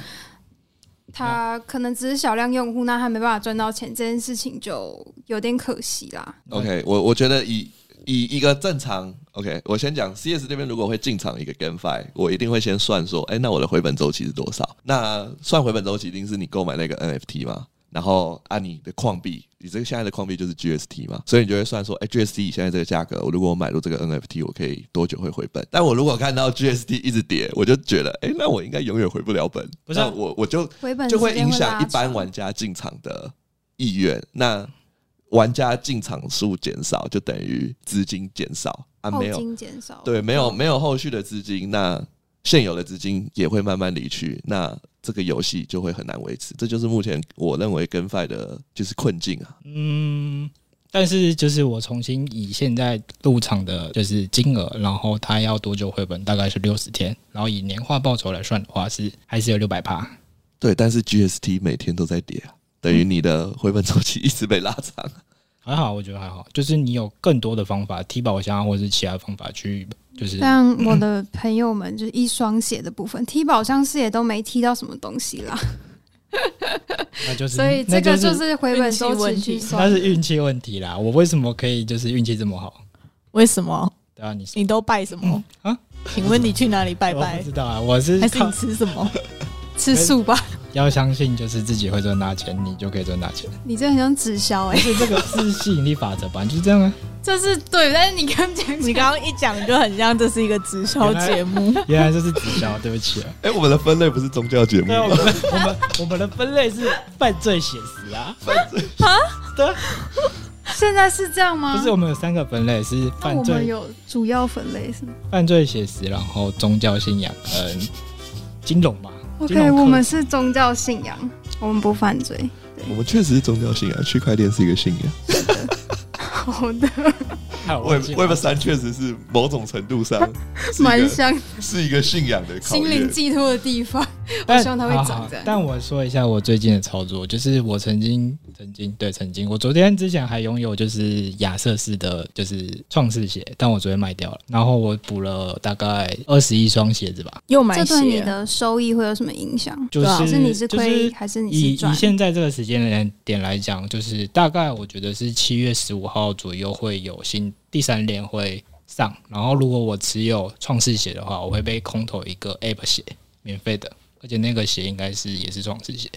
A: 他可能只是小量用户，那他没办法赚到钱，这件事情就有点可惜啦。
C: OK，我我觉得以以一个正常 OK，我先讲 CS 这边如果会进场一个 GameFi，我一定会先算说，哎、那我的回本周期是多少？那算回本周期一定是你购买那个 NFT 嘛？然后按、你的矿币，你这个现在的矿币就是 GST 嘛，所以你就会算说，哎、g s t 现在这个价格，我如果我买入这个 NFT，我可以多久会回本？但我如果看到 GST 一直跌，我就觉得，哎、那我应该永远回不了本，
B: 不是啊
C: 那我我就
A: 回本
C: 就
A: 时
C: 会
A: 间
C: 影
A: 拉
C: 响一
A: 长
C: 般玩家进场的意愿。那玩家进场数减少，就等于资金减少啊，
A: 后
C: 没有
A: 金哦减少。
C: 对，没有没有后续的资金，那现有的资金也会慢慢离去，那这个游戏就会很难维持。这就是目前我认为跟 f 的就是困境啊。
B: 嗯，但是就是我重新以现在入场的就是金额，然后它要多久回本，大概是六十天，然后以年化报酬来算的话是还是有六百趴。
C: 对，但是 GST 每天都在跌啊，等于你的回本周期一直被拉长。
B: 还好，我觉得还好，就是你有更多的方法，踢保箱或是其他方法去，就是
A: 像我的朋友们，就是一双鞋的部分，踢保像是也都没踢到什么东西啦，
B: 那就是
A: 所以这个
B: 那
A: 就是是回本周期去
B: 那
A: 算。
B: 是运气问题啦。我为什么可以就是运气这么好？
E: 为什么？
B: 对啊，你
E: 你都拜什么
B: 啊？
E: 请问你去哪里拜
B: 我
E: 拜
B: 不？知道啊，我是
E: 还是
B: 靠
E: 你吃什么？
A: 吃素吧，
B: 要相信就是自己会赚大钱，你就可以赚大钱。
A: 你这很像直销哎、
B: 所以这个是吸引力法则吧，就是这样啊。
A: 这是对，但是你刚讲
E: 你刚刚一讲就很像这是一个直销节 目，
B: 原来这是直销，对不起啊。
C: 哎、我们的分类不是宗教节目
B: 对啊，
C: 吗
B: 我们我们我们的分类是犯罪写实啊，
A: 现在是这样吗？
B: 不是我们有三个分类是
A: 那啊
B: 犯
A: 我们
B: 罪、
A: 有主要分类是吗
B: 犯罪写实，然后宗教信仰跟金融吧。金
A: ？OK，
B: 融
A: 我们
B: 课
A: 是宗教信仰，我们不犯罪。
C: 我们确实是宗教信仰，区块链是一个信仰。
A: 好的，
B: 害我忘
C: Web
B: 记了
C: Web 三确实是某种程度上 是一
A: 蛮
C: 个
A: 像
C: 是一个信仰的考
A: 心灵
C: 验。
A: 寄托的地 方。
B: 但
A: 希望它会
B: 好
A: 长
B: 好
A: 这样
B: 但我说一下我最近的操作，就是我曾经曾经对曾经，我昨天之前还拥有就是亚瑟士的，就是创世鞋，但我昨天卖掉了，然后我补了大概二十一双鞋子吧。
E: 又
A: 这
E: 买
A: 对你
E: 鞋。
A: 的收益会有什么影响？
B: 就是、
E: 对啊
A: 还是你是
B: 嗯就是
A: 亏，还是
B: 以
A: 你是
B: 以
A: 赚？
B: 现在这个时间点点来讲，就是大概我觉得是七月十五号左右会有新第三连会上，然后如果我持有创世鞋的话，我会被空投一个 App 鞋，免费的，而且那个鞋应该是也是创世鞋。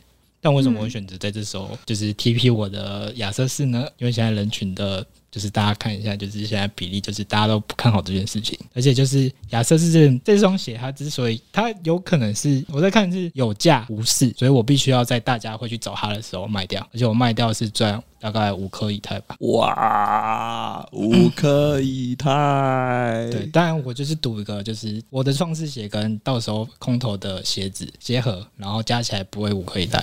B: 但为什么我会选择在这时候就是 TP 我的亚瑟士呢？因为现在人群的，就是大家看一下，就是现在比例就是大家都不看好这件事情，而且就是亚瑟士这这双鞋，它之所以它有可能是我在看是有价无市，所以我必须要在大家会去找它的时候卖掉，而且我卖掉是赚大概五颗以太吧。
C: 哇，无可以太。
B: 对，当然我就是赌一个，就是我的创世鞋跟到时候空投的鞋子结合，然后加起来不会五颗以太。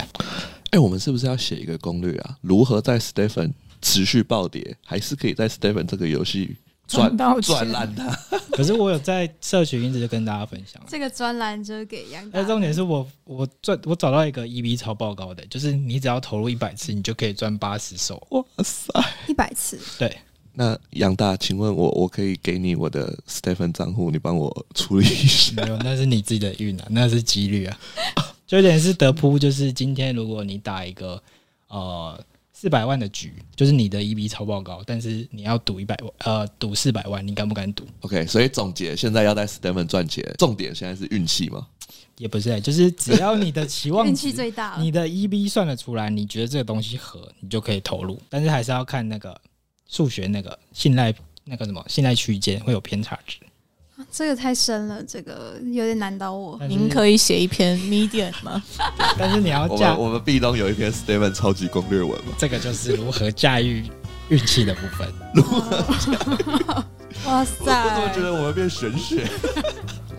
C: 哎、我们是不是要写一个攻略啊？如何在 Stephen 持续暴跌，还是可以在 Stephen 这个游戏赚
E: 赚到钱
C: 赚烂它？
B: 可是我有在社群一直跟大家分享，啊
A: 这个专栏就是给杨大
B: 那重点是我我赚我找到一个 EB 超爆高的，就是你只要投入一百次，你就可以赚八十手。
C: 哇塞！
A: 一百次，
B: 对，
C: 那杨大，请问我我可以给你我的 Stephen 账户，你帮我处理一 下。
B: 没有，那是你自己的运啊，那是几率啊。 就有点是德扑，就是今天如果你打一个呃四百万的局，就是你的 EB 超爆高，但是你要赌一百呃赌四百万，你敢不敢赌？
C: OK，所以总结，现在要在 Stephen 赚钱，重点现在是运气嘛？
B: 也不是、欸，就是只要你的期望
A: 运气
B: 值
A: 最大了
B: 你。的 EB 算得出来，你觉得这个东西合，你就可以投入，但是还是要看那个数学那个信赖那个什么信赖区间会有偏差值。
A: 这个太深了，这个有点难倒我。
B: 但是
E: 您可以写一篇 medium 吗？
B: 但是你要
C: 我
B: 驾
C: 们我们壁咚有一篇 Steven 超级攻略文嘛，
B: 这个就是如何驾驭运气的部分。
A: 哇塞，
C: 我我怎么觉得我们变玄学？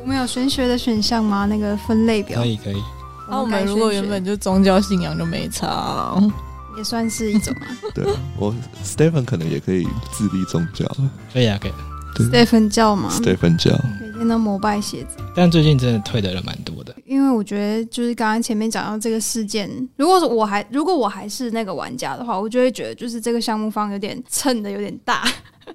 A: 我们有玄学的选项吗？那个分类表
B: 可，以可以，
E: 那哦我
A: 该
E: 们如果
A: 选
E: 原
A: 学
E: 本就宗教信仰就没差啊，
A: 也算是一 种啊。
C: 对我 Steven 可能也可以自立宗教
B: 可以啊可以啊。
A: Stephen 教嘛，
C: ，Steven 教
A: 每天都膜拜鞋子。
B: 但最近真的退的人蛮多的，
A: 因为我觉得就是刚刚前面讲到这个事件，如果是我还如果我还是那个玩家的话，我就会觉得就是这个项目方有点蹭的有点大，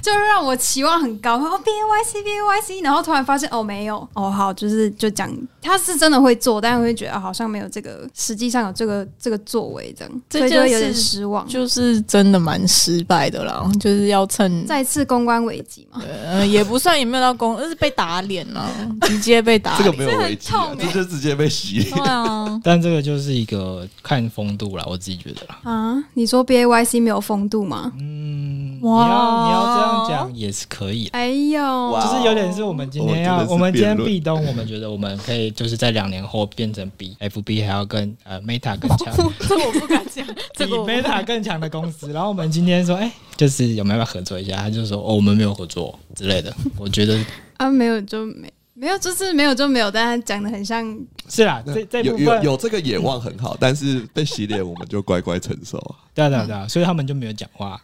A: 就是让我期望很高，哦 B A Y C B A Y C，然后突然发现哦没有，哦好就是就讲他是真的会做，但会觉得、啊好像没有这个实际上有这个这个作为这样，
E: 这
A: 所以就会
E: 就
A: 有
E: 是
A: 点失望。
E: 就是真的蛮失败的啦，就是要趁
A: 再次公关危机嘛，
E: 呃也不算也没有到公，就是被打脸了，直接被打
C: 这个
E: 脸。
C: 没有危机、啊，
A: 这很痛
C: 这
A: 欸
C: 就直接被洗。
E: 对啊，
B: 但这个就是一个看风度啦，我自己觉得啦。
A: 啊，你说 B A Y C 没有风度吗？
B: 嗯，你
E: 哇
B: 要你要这样讲也是可以的。
A: 哎呦，
C: 哇
B: 就是有点是我们今天要，
C: 我
B: 我
C: 们
B: 们今
C: 真的是辩论
B: 天壁咚，我们觉得我们可以就是在两年后变成比 FB 还要更呃 Meta 更强，
E: 这我不敢讲，
B: 比
E: 这个我不敢
B: Meta 更强的公司。然后我们今天说，哎、就是有没有要合作一下？他就说，哦，我们没有合作之类的。我觉得
A: 啊，没有就没没有，就是没有就没有，但他讲的很像，
B: 是啦，这这部
C: 有
B: 分
C: 有有这个野望很好，但是被洗脸我们就乖乖承受啊，
B: 对啊对啊对啊，所以他们就没有讲话，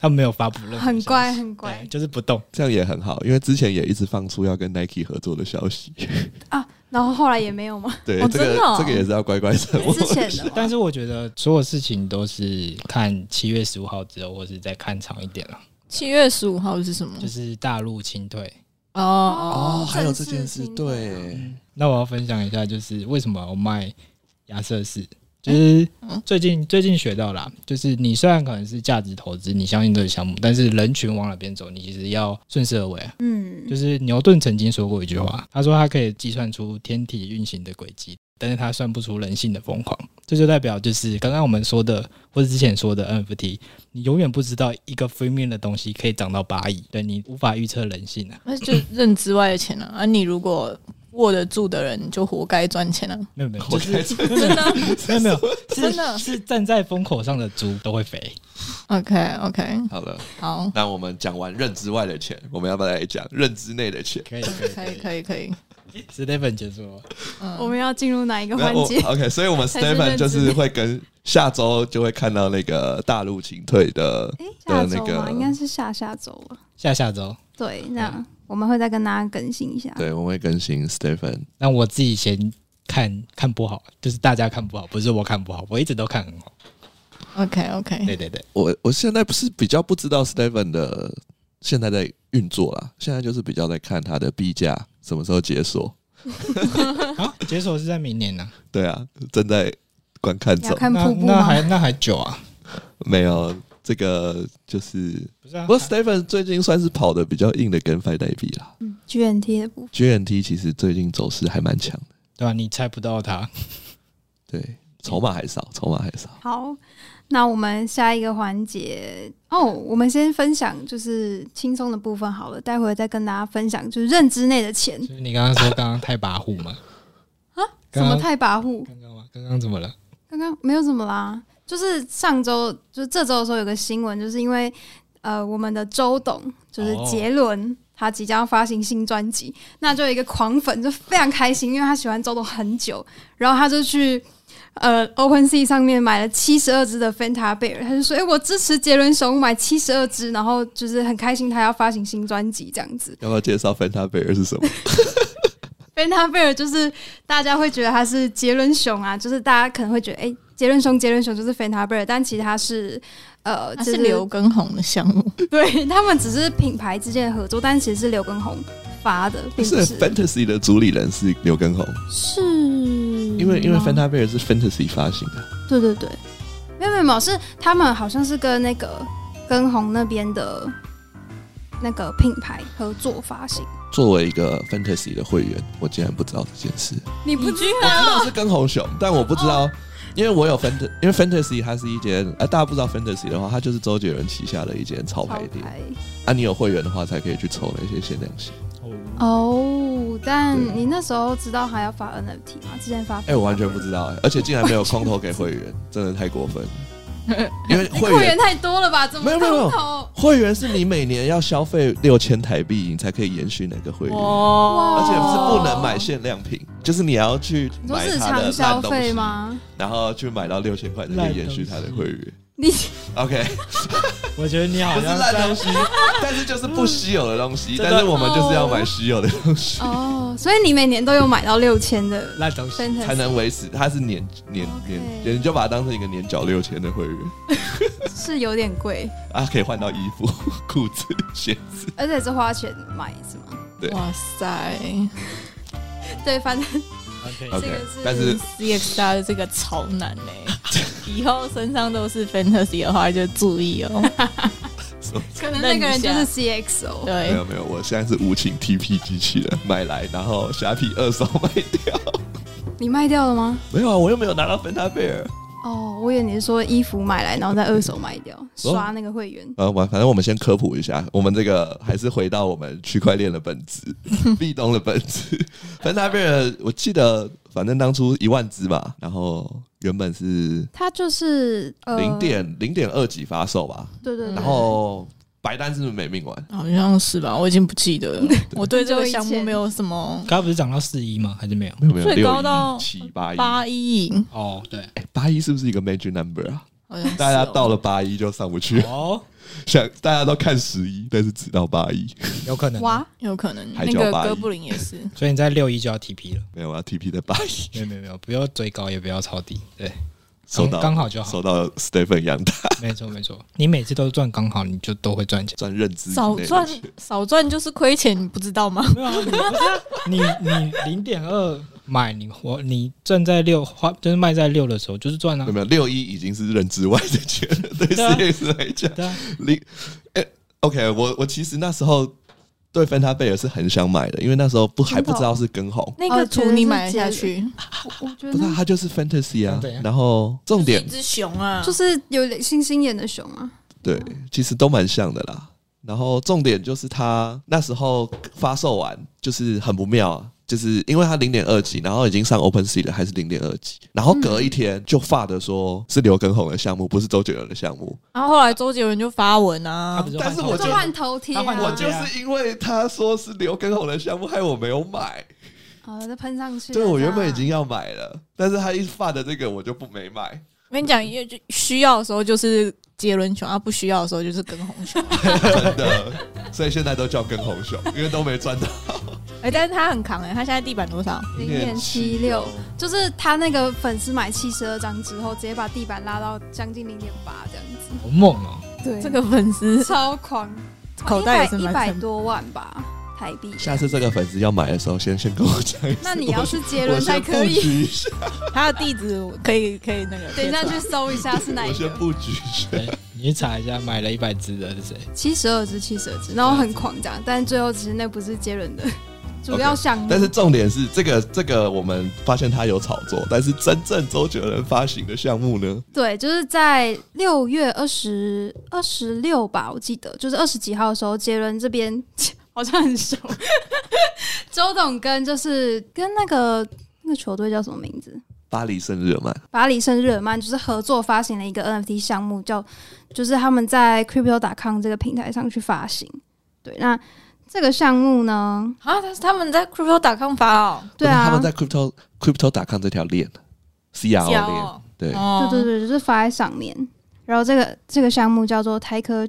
B: 他们没有发布任何
A: 很乖
B: 消息
A: 很乖
B: 对就是不动。
C: 这样也很好，因为之前也一直放出要跟 Nike 合作的消 息，
A: 然后后来也没有 嘛，
C: 对，
E: 哦
C: 这个
E: 真的哦
C: 这个也是要乖乖承受
A: 之。前的嘛
B: 但 是我觉得所有事情都是看七月十五号之后，或是再看长一点了，
E: 七月十五号是什么？
B: 就是大陆清退。
E: 哦哦，
A: 哦还有这件事
C: 对，
B: 那我要分享一下，就是为什么我卖亚瑟士，就是最近最近学到啦，就是你虽然可能是价值投资，你相信这个项目，但是人群往哪边走，你其实要顺势而为。啊
A: 嗯，
B: 就是牛顿曾经说过一句话，他说他可以计算出天体运行的轨迹，但是他算不出人性的疯狂。这就代表就是刚刚我们说的，或者之前说的 NFT，你永远不知道一个封面的东西可以涨到八亿，对你无法预测人性啊。
E: 那就认知外的钱了、啊。你如果握得住的人，就活该赚钱啊了、
B: 没有没有，
C: 我
B: 就是
C: 该承
E: 真 的
B: 没有没有，
E: 真 的
B: 是是站在风口上的猪都会肥。
E: ？OK OK，
C: 好了，
E: 好，
C: 那我们讲完认知外的钱，我们要不要来讲认知内的钱？
B: 可以可
E: 可
B: 以
E: 以可以可以。
B: 以，Stephen 结束了。
E: 嗯，
A: 我们要进入哪一个
C: 那
A: 环
C: 我
A: 节？
C: OK，所 以我们
A: 才是
C: Stephen
A: 认知
C: 就是会跟下周就会看到那个大陆清退的
A: 哎，下
C: 的呃那
A: 周嘛，
C: 个，
A: 应该是下下周了。
B: 下下周，
A: 对，那我们会再跟大家更新一下。
C: 对，我们会更新 Stephen。
B: 那我自己先看看不好，就是大家看不好，不是我看不好，我一直都看很好。
E: OK OK，
B: 对对对，
C: 我我现在不是比较不知道 Stephen 的现在在运作啦，现在就是比较在看他的币价什么时候解锁。
B: 好，解锁是在明年呢、
C: 对啊，正在观看
A: 你要
C: 中，
A: 看
B: 那
A: 瀑布
B: 那
A: 吗？
B: 还那还久啊？
C: 没有这个就是，
B: 不是啊
C: 不过 Stephen 最近算是跑的比较硬的跟 f i 代币啦。
A: 嗯，GNT 的部分。
C: GNT 其实最近走势还蛮强的，
B: 对吧、啊你猜不到他，
C: 对，筹码还少，筹码还少。
A: 好，那我们下一个环节哦，我们先分享就是轻松的部分好了，待会再跟大家分享就是认知内的钱，
B: 就是你刚刚说刚刚太跋扈嘛？
A: 啊什
B: 刚
A: 么
B: 刚
A: 太跋扈，
B: 刚刚吗？刚刚怎么了？
A: 刚刚没有什么啦，就是上周，就是这周的时候有个新闻，就是因为呃，我们的周董就是
B: 哦
A: 杰伦。他即将要发行新专辑，那就有一个狂粉就非常开心，因为他喜欢周董很久，然后他就去呃 Open Sea 上面买了七十二只的 Fanta Bear，他就说：“哎、我支持杰伦熊买七十二只，然后就是很开心他要发行新专辑这样子。”
C: 要不要介绍 Fanta Bear 是什么？
A: 贝塔贝尔就是大家会觉得他是杰伦熊啊，就是大家可能会觉得，哎、杰伦熊，杰伦熊就是贝塔贝尔，但其实他是呃，
E: 它
A: 就是
E: 刘畊宏的项目，
A: 对他们只是品牌之间的合作，但其实是刘畊宏发的，并不
C: 是
A: 是嗯
C: Fantasy 的主理人是刘畊宏，
A: 是，
C: 因为因为
A: 吗
C: Fanta Bear 是 Fantasy 发行的，
A: 对对对，没有没有没有，是他们好像是跟那个跟红那边的那个品牌合作发行，
C: 作为一个 Fantasy 的会员，我竟然不知道这件事。
E: 你不啊知
C: 我知道是跟红熊，但我不知道，因为我有 Fant，因为 Fantasy 它是一间，哎、大家不知道 Fantasy 的话，它就是周杰伦旗下的一间潮牌店。啊，你有会员的话，才可以去抽那些限量型。
B: 哦，
A: 哦，但
C: 对
A: 你那时候知道还要发 NFT 吗？之前发
C: 哎、我完全不知道、哎，而且竟然没有空投给会员，真的太过分了。因为
A: 会
C: 会员
A: 员太多了吧？怎么
C: 没有没有没有
A: 空投
C: 会员是你每年要消费六千台币，你才可以延续那个会员，
A: 哦
E: 哇
C: 而且是不能买限量品，就是你要去
A: 你说
C: 买
A: 日
C: 它的
A: 常
C: 烂
A: 消
C: 东
A: 费
C: 西，
A: 吗？
C: 然后去买到六千块才可以延续它的会员。
A: 你
C: OK，
B: 我觉得你好
C: 不是
B: 像
C: 烂
B: 在
C: 东西，但是就是不稀有的 东西，
B: 真的
C: 但是我们就是要买稀有的东西。
A: 哦，所以你每年都有买到六千的
B: 烂东西，
A: 真的
C: 才能维持，它是年年
A: OK
C: 年，你就把它当成一个年缴六千的会员
A: 是有点贵，
C: 啊，可以换到衣服、 裤子、鞋子。
A: 而且是花钱买是吗？
C: 对
E: 哇塞
A: 对，反正
B: 可以
C: OK，
A: 个是
C: 但是
E: ，CX 大的这个超难呢、 以后身上都是 fantasy 的话就注意 哦。
A: 可能那个人就是 CXO。
C: 哦没
E: 对
C: 有，没有，我现在是无情 TP 机器人买来，然后虾皮二手卖掉。
A: 你卖掉了吗？
C: 没有啊，我又没有拿到芬达贝尔。
A: 哦，我以为你是说衣服买来然后再二手卖掉，刷那个会员。
C: 呃，我反正我们先科普一下，我们这个还是回到我们区块链的本 质，壁咚的本质。芬达贝尔，我记得反正当初一万只嘛，然后原本是
A: 它就是呃
C: 零点零点二几发售吧，
A: 对对对，
C: 然后白单是不是没命玩？
E: 好像是吧，我已经不记得 了，我对这个项目没有什么
B: 刚刚不是涨到四一吗？还是没有？
C: 没有没有，
E: 最高到
C: 六一七八一，
E: 八一赢，
B: 哦，对，
C: 哎八一是不是一个 magic number 啊？
E: 好像是哦
C: 大家到了八一就上不去，
B: 哦，
C: 想大家都看十一，但是只到八一，
B: 有可能。
A: 哇，
E: 有可能
C: 海
E: 那
C: 角
E: 个
C: 八一
E: 哥布林也是，
B: 所以你在六一就要 TP 了，
C: 没有，我要 TP 在八
B: 没
C: 一，
B: 有没有没有，不要追高也不要超低，对，
C: 收到
B: 刚好就好
C: 收，到 Stephen 杨大
B: 没错没错，你每次都赚刚好，你就都会赚钱。
C: 赚认知
E: 少
C: 之类的
E: 赚
C: 钱
E: 少赚就是亏钱，你不知道 吗？
B: 没有啊，你不是啊你你零点二买你我你赚在六花就是卖在六的时候就是赚啊
C: 有，没有六一已经是认知外的钱了？对
B: 对啊
C: CX 来讲，
B: 对啊，
C: 零，哎、o k 我我其实那时候对芬达贝尔是很想买的，因为那时候不还不知道是跟红，
E: 那
A: 哦嗯
E: 个
A: 觉
E: 图
A: 得
E: 你
A: 是
E: 买得下
A: 杰
E: 去，
A: 我我觉得
C: 不是、啊、
A: 那
C: 它就是 fantasy 啊
B: 长怎样。
C: 然后重点
E: 一只熊啊，
A: 就是有点星星眼的熊啊，
C: 对，其实都蛮像的啦。然后重点就是它那时候发售完就是很不妙啊，就是因为它零点二级，然后已经上 Open Sea 了，还是零点二级，然后隔一天就发的说是刘根红的项目，不是周杰伦的项目。
E: 然后后来周杰伦就发文
B: 他
E: 啊
B: 不，是
C: 但是
B: 换
C: 我
B: 头
C: 就
A: 就
B: 的
A: 换头贴、啊，
B: 他换头
C: 我
B: 贴
C: 就
B: 啊
C: 是因为他说是刘根红的项目，害我没有买。
A: 好了，再喷上去了。
C: 对我原本已
A: 这样
C: 经要买了，但是他一发的这个我就不没买。
E: 我跟你讲，因为就需要的时候就是杰伦熊，啊不需要的时候就是跟红熊，
C: 真的，所以现在都叫跟红熊，因为都没赚到
E: 哎，但是他很扛哎，他现在地板多少？
A: 零点七六，就是他那个粉丝买七十二张之后，直接把地板拉到将近零点八这样子。
B: 好猛哦，
A: 对
E: 这个粉丝
A: 超狂，
E: 口袋也是
A: 一
E: 蛮
A: 百
E: 沉
A: 多万吧台币。
C: 下次这个粉丝要买的时候，先先跟我讲一下。
A: 那你要是杰
C: 我
A: 伦才可以，。
E: 他的地址可以可以那个，
A: 等一下去搜一下是哪
C: 我
A: 一
C: 先
A: 个。
C: 布局一下。
B: 对，你去查一下买了一百只的是谁？
A: 七十二只，七十二只，然后很狂这样，但最后其实那不是杰伦的主要项目。
C: 但是重点是，这个这个我们发现他有炒作，但是真正周杰伦发行的项目呢？
A: 对，就是在六月二十二十六吧，我记得就是二十几号的时候，杰伦这边 好像很熟，周董跟就是跟那个那个球队叫什么名字？
C: 巴黎圣日耳曼
A: 巴黎圣日耳曼就是合作发行了一个 NFT 项目，叫就是他们在 Crypto.com 这个平台上去发行。对，那这个项目呢？
E: 啊，他他们在 Crypto 打抗发哦，
A: 对
C: 他
A: 啊
C: 们，在 crypto crypto.com 这条链，CRO 链，
E: 哦，
C: 对，
A: 对
E: 对
A: 对对，就是发在上面。然后这个这个项目叫做 Tiger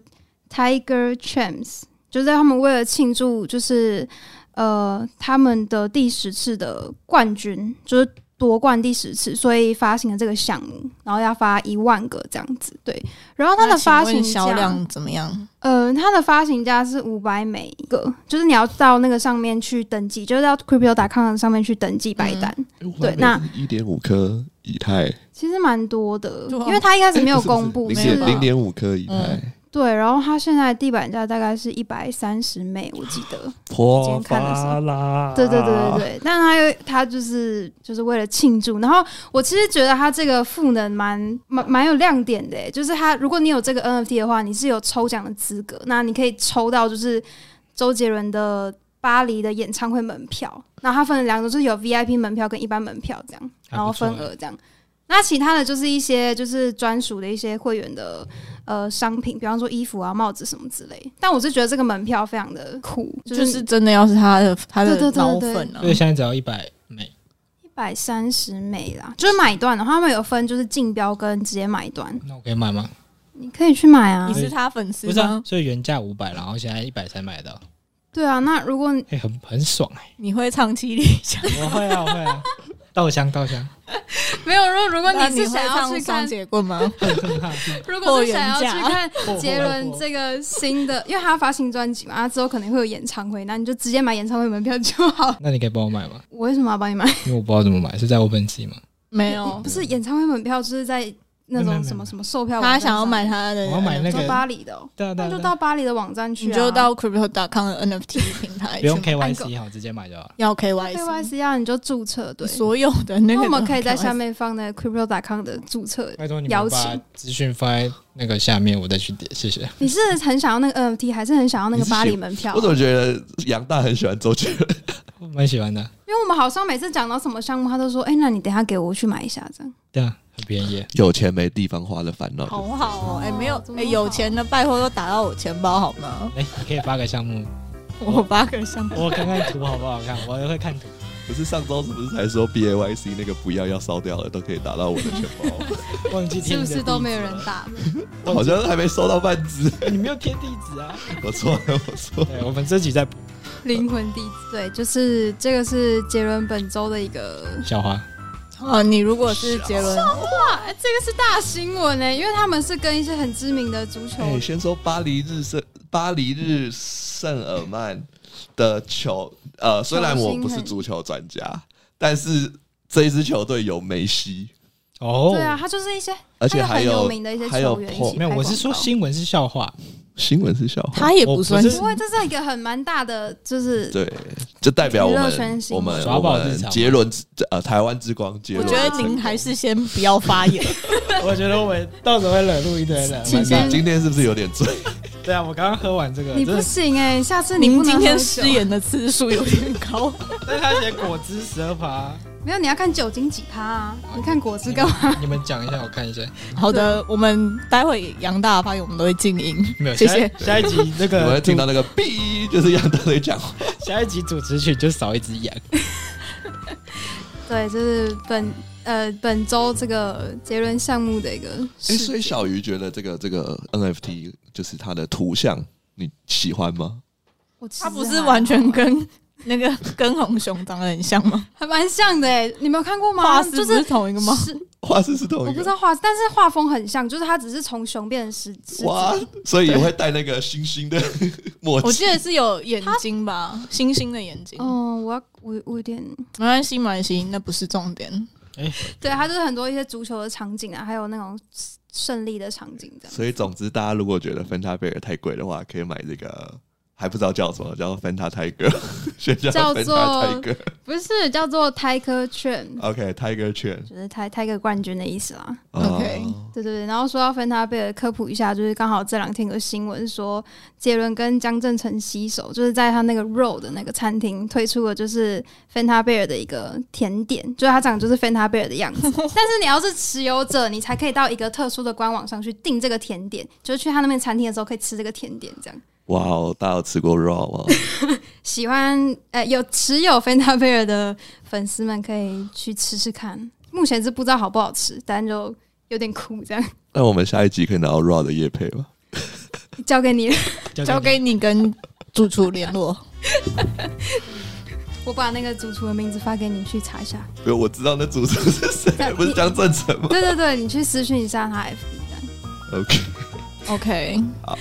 A: Tiger Champs，就是在他们为了庆祝，就是呃他们的第十次的冠军，就是夺冠第十次，所以发行了这个项目，然后要发一万个这样子。对，然后它的发行
E: 销
A: 价
E: 量怎么样？
A: 呃，它的发行价是五百每一个，就是你要到那个上面去登记，就是要 Crypto.com 上面去登
E: 嗯
A: 记白单，对那
C: 一点五颗以太，
A: 其实蛮多的，
E: 对啊
A: 因为它一开始没有公布，嗯
C: 零
E: 是
C: 点
E: 吧
C: 零点五颗以太，
A: 对，然后它现在地板价大概是一百三十美，我记得。
C: 破
A: 看的时候
C: 发啦，
A: 对对对对对，但他又他就是就是为了庆祝，然后我其实觉得他这个赋能蛮蛮蛮有亮点的耶，欸就是他如果你有这个 NFT 的话，你是有抽奖的资格，那你可以抽到就是周杰伦的巴黎的演唱会门票，那它分了两种，就是有 VIP 门票跟一般门票这样，
B: 还不错
A: 然后分额这样。那其他的就是一些就是专属的一些会员的呃商品，比方说衣服啊、帽子什么之类。但我是觉得这个门票非常的酷，
E: 就是是真的要是他的他
A: 对对
E: 的
A: 对
E: 脑
A: 对
E: 粉啊
B: 所，以现在只要一百美，
A: 一百三十美啦，就是买断的话，他们有分就是竞标跟直接买断，
B: 那我可以买吗？
A: 你可以去买啊
E: 你。是他粉丝
B: 不是啊
E: 吗，？
B: 所以原价五百，然后现在一百才买到，
A: 对啊，那如果
B: 哎、很很爽哎、
E: 你会长期理想？
B: 我会啊，我会啊， 稻香稻香，
A: 没有，如果如果
E: 那
A: 你是
E: 会
A: 想要
E: 唱
A: 去
E: 双
A: 看，
E: 节 棍吗？
A: 如果是想要去
E: 货
A: 看
B: 货
A: 杰伦这个新的，因为他要发新专辑嘛，他之后可能会有演唱会，那你就直接买演唱会门票就好。
B: 那你可以帮我买吗？
A: 我为什么要帮你买？
B: 因为我不知道怎么买，是在 Open Sea 吗？
E: 没有
A: 哦不，是啊演唱会门票，就是在那
B: 没有没
A: 种
B: 有没有
A: 什么什么售票网站
E: 他
A: 上，
E: 想要买他的，
B: 我要买那
A: 你
B: 个
A: 说巴黎的哦，
B: 对啊对
A: 那
B: 啊，
A: 就
B: 对啊
A: 到巴黎的网站去
E: 你
A: 啊，
E: 就到 Crypto.com 的 NFT 平台去啊，
B: 不用
A: 按
B: KYC 好，直接买就好了。
E: 要 KYC，
A: KYC 啊，你就注册对。
E: 所有的
A: 那
E: 那个
A: 我们可以在
E: KYC
A: 下面放那个 crypto.com 的注册
B: 拜托你
A: 邀
B: 们
A: 请
B: 把资讯放在那个下面，我再去点，谢谢。
A: 你是很想要那个 NFT，还是很想要那个巴黎门票啊
C: 我？怎么觉得杨大很喜欢周杰伦？
B: 我蛮喜欢的，
A: 因为我们好像每次讲到什么项目，他都说：“哎、那你等一下给我去买一下。”这样
B: 对啊，很便宜。
C: 有钱没地方花的烦恼。
E: 好不好哦？哎，没有
A: 怎，么
E: 哎，
A: 好
E: 有钱的拜托都打到我钱包好吗？
B: 哎、你可以发个项目，
E: 我八个项目，
B: 我看看图好不好看，我也会看图。
C: 不是上周是不是才说 B A Y C 那个不要要烧掉了，都可以打到我的钱包，
B: 忘记
A: 是
B: 贴
A: 不
B: 你的
A: 是都没有人
B: 地址啊
A: 打？
B: 了？
C: 好像还没收到半只。
B: 哎你没有贴地址啊？
C: 我错了，我错了。
B: 对，我们自己在补
A: 灵魂地址，对，就是这个是杰伦本周的一个
B: 小花，
E: 哦，你如果是杰伦，
B: 啊
A: 哇，哎这个是大新闻呢、因为他们是跟一些很知名的足球
C: 哎、先说巴黎日圣巴黎日圣尔曼的球，呃，虽然我不是足球专家，
A: 啊
C: 但是这一支球队有梅西，
B: 哦
A: 对啊，他就是一些
C: 而且
A: 他就
C: 还
A: 很
C: 有
A: 有名的一些
C: 还有
A: 球员一
C: Paul-
A: 起
B: 没有，
A: 拍
B: 我是
A: 广
B: 说
A: 告
B: 新闻是笑话，
C: 新闻是笑话，
E: 他也
B: 我
E: 不
B: 不
E: 算
B: 是
E: 是
A: 不会，这是一个很蛮大的，就是
C: 对，就代表我
A: 娱乐圈
C: 们
A: 新
C: 我
A: 闻
C: 们
B: 耍
C: 我
B: 宝啊日
C: 们
B: 常
C: 杰伦之呃台湾之光杰
E: 我
C: 伦
E: 觉
C: 之光，
E: 得您还是先不要发 言。
B: 我觉得我们到时候会惹怒一堆人。
A: 请
B: 晚
A: 先
B: 上
C: 今天是不是有点 醉？
B: 对啊，我刚刚喝完这个，
A: 你
B: 真
A: 不
B: 的
A: 行哎、下次你
E: 您
A: 不能
E: 今天
A: 喝酒
E: 失言的次数有点高，
B: 但是他写果汁十二趴，
A: 没有，你要看酒精几趴啊？你看果汁干嘛？
B: 你们讲一下，我看一下。
E: 好的，我们待会杨大的发言我们都会静音。
B: 没有，
E: 谢
B: 下一下一集那
C: 你们
B: 个
C: 会听
B: 主
C: 到那个“哔”，就是杨大雷讲话。
B: 下一集主持曲就少一只羊。
A: 对，就是本呃本周这个杰伦项目的一个
C: 哎、
A: 事
C: 所以
A: 件。
C: 小鱼觉得这个这个 NFT 就是它的图像，你喜欢吗？
A: 我其实
E: 他不
A: 还
E: 是
A: 好
E: 完全跟那个跟红熊长得很像吗？
A: 还蛮像的哎、你没有看过吗？
E: 画师
A: 就
E: 不
A: 是
E: 是同一个吗？
A: 是
C: 画质是同
A: 我
C: 一
A: 不知
C: 个。
A: 道画，但是画风很像，就是他只是从熊变成狮狮
C: 哇
A: 子。，
C: 所以也会戴那个星星的 墨
E: 我
C: 镜
E: 记。得是有眼睛吧，星星的眼睛。
A: 嗯，我要我我有 点
E: 哦没关系，没关系，那不是重点。
A: 对，他就是很多一些足球的场景啊，还有那种胜利的场景这样。
C: 所以总之，大家如果觉得芬塔贝尔太贵的话，可以买这个，还不知道叫什么，叫芬塔泰 戈，先
A: 叫
C: 芬
A: 做
C: 塔泰戈。
A: 不是叫做 Tiger Train，
C: OK，泰戈券。
A: 就是泰泰戈冠军的意思啦。
C: 哦
E: OK
A: 对对对，然后说到芬塔贝尔，科普一下，就是刚好这两天有个新闻说，杰伦跟江正成携手，就是在他那个 Road 的那个餐厅推出了就是芬塔贝尔的一个甜点，就是它长得就是芬塔贝尔的样子。但是你要是持有者，你才可以到一个特殊的官网上去订这个甜点，就是去他那边餐厅的时候可以吃这个甜点。这样
C: 哇哦，大家有吃过 raw 啊吗？
A: 喜欢呃有持有芬塔贝尔的粉丝们可以去吃吃看，目前是不知道好不好吃，但就有点苦这样，
C: 那我们下一集可以拿到 raw 的叶配吗？
A: 交给你了。
E: 交给你跟主厨联络。
A: 我把那个主厨的名字发给你去查一下。
C: 不，我知道那主持人是谁，不是江正成吗
A: 对对对，你去私讯一下他 FB 的。
C: ？OK
E: OK，
C: 好，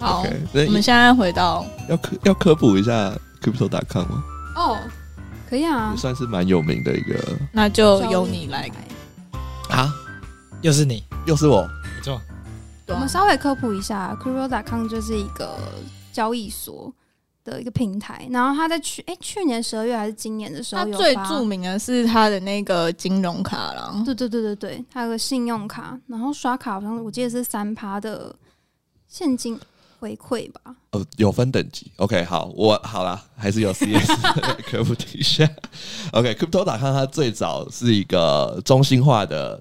E: 好
C: OK，
E: 我们
C: 那
E: 现在回到
C: 要科要科普一下 crypto.com 吗？
A: 哦，可以啊
C: 也，算是蛮有名的一个
E: 那就由你来。
C: 啊，
B: 又是你，
C: 又是我，
B: 没错，
A: 我
E: 对啊
A: 们稍微科普一下 c u r o c o m 就是一个交易所的一个平台，然后它在去哎、去年十二月还是今年的时
E: 它
A: 候有
E: 最
A: 发
E: 著名的是它的那个金融卡啦，
A: 对对对对对，它有个信用卡，然后刷卡好像我记得是三趴的现金回馈吧。
C: 呃，有分等级。OK，好，我好啦，还是有 CS 科普一下。OK，Crypto.com 它最早是一个中心化的，